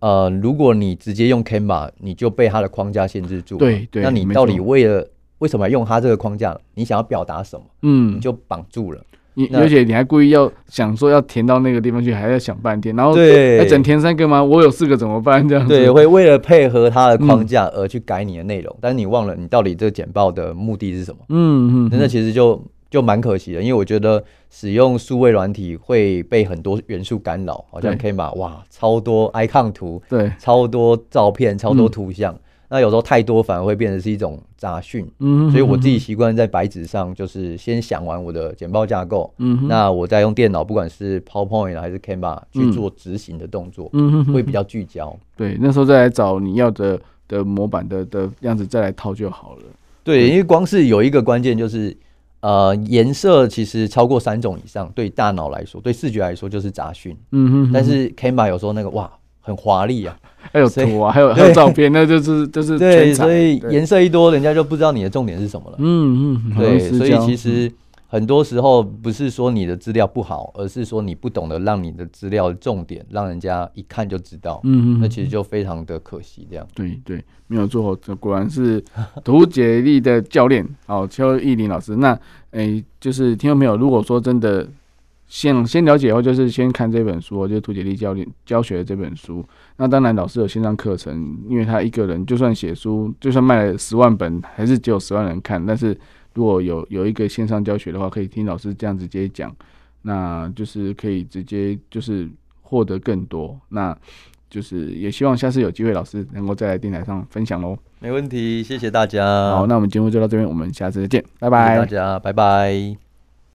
Speaker 2: 呃，如果你直接用 Canva，你就被它的框架限制住了。
Speaker 1: 对对
Speaker 2: 那你
Speaker 1: 没
Speaker 2: 到底
Speaker 1: 错
Speaker 2: 为了为什么要用它这个框架？你想要表达什么？
Speaker 1: 嗯
Speaker 2: 你，就绑住了。
Speaker 1: 你
Speaker 2: 那
Speaker 1: 而且你还故意要想说要填到那个地方去，还要想半天，然后
Speaker 2: 对
Speaker 1: 还整填三个吗？我有四个怎么办？这样子
Speaker 2: 对，会为了配合它
Speaker 1: 嗯
Speaker 2: 的框架而去改你的内容，但是你忘了你到底这个简报的目的是什么。
Speaker 1: 嗯嗯，
Speaker 2: 那、
Speaker 1: 嗯
Speaker 2: 那其实就就蛮可惜的，因为我觉得使用数位软体会被很多元素干扰，好像 Canva 哇，超多 icon 图，
Speaker 1: 对，
Speaker 2: 超多照片，超
Speaker 1: 嗯
Speaker 2: 多图像。那有时候太多反而会变成是一种杂讯，
Speaker 1: 嗯，
Speaker 2: 所以我自己
Speaker 1: 嗯
Speaker 2: 习惯在白纸上，就是先想完我的简报架构，
Speaker 1: 嗯哼
Speaker 2: 那我再用电脑，不管是 PowerPoint 啊还是 Canva
Speaker 1: 嗯
Speaker 2: 去做执行的动作，
Speaker 1: 嗯哼哼
Speaker 2: 会比较聚焦。
Speaker 1: 对，那时候再来找你要的的模板的的样子再来套就好了。
Speaker 2: 对，因为光是有一个关键就是，呃，颜色其实超过三种以上，对大脑来说，对视觉来说就是杂讯。
Speaker 1: 嗯哼哼，
Speaker 2: 但是 Canva 有时候那个哇，很华丽啊，
Speaker 1: 还有
Speaker 2: 所以
Speaker 1: 图啊，还有还
Speaker 2: 对
Speaker 1: 有照片，那就是就是
Speaker 2: 对，
Speaker 1: 全场
Speaker 2: 所以
Speaker 1: 对
Speaker 2: 颜色一多，人家就不知道你的重点是什么了。
Speaker 1: 嗯嗯，好像
Speaker 2: 对，
Speaker 1: 是
Speaker 2: 所
Speaker 1: 这
Speaker 2: 以
Speaker 1: 样嗯
Speaker 2: 其实很多时候不是说你的资料不好，而是说你不懂得让你的资料的重点让人家一看就知道，
Speaker 1: 嗯嗯，
Speaker 2: 那
Speaker 1: 嗯
Speaker 2: 其实就非常的可惜。这样，
Speaker 1: 对对，没有做好，这果然是图解力的教练哦，邱义林老师。那诶，就是听众朋友，如果说真的先先了解的话，就是先看这本书哦，就是图解力教练教学的这本书。那当然，老师有线上课程，因为他一个人就算写书，就算卖了十万本，还是只有十万人看。但是如果有有一个线上教学的话，可以听老师这样直接讲，那就是可以直接就是获得更多。那就是也希望下次有机会老师能够再来电台上分享喽。
Speaker 2: 没问题，谢谢大家，
Speaker 1: 好，那我们节目就到这边，我们下次再见，拜
Speaker 2: 呃谢谢
Speaker 1: 拜
Speaker 2: 大。家，拜拜。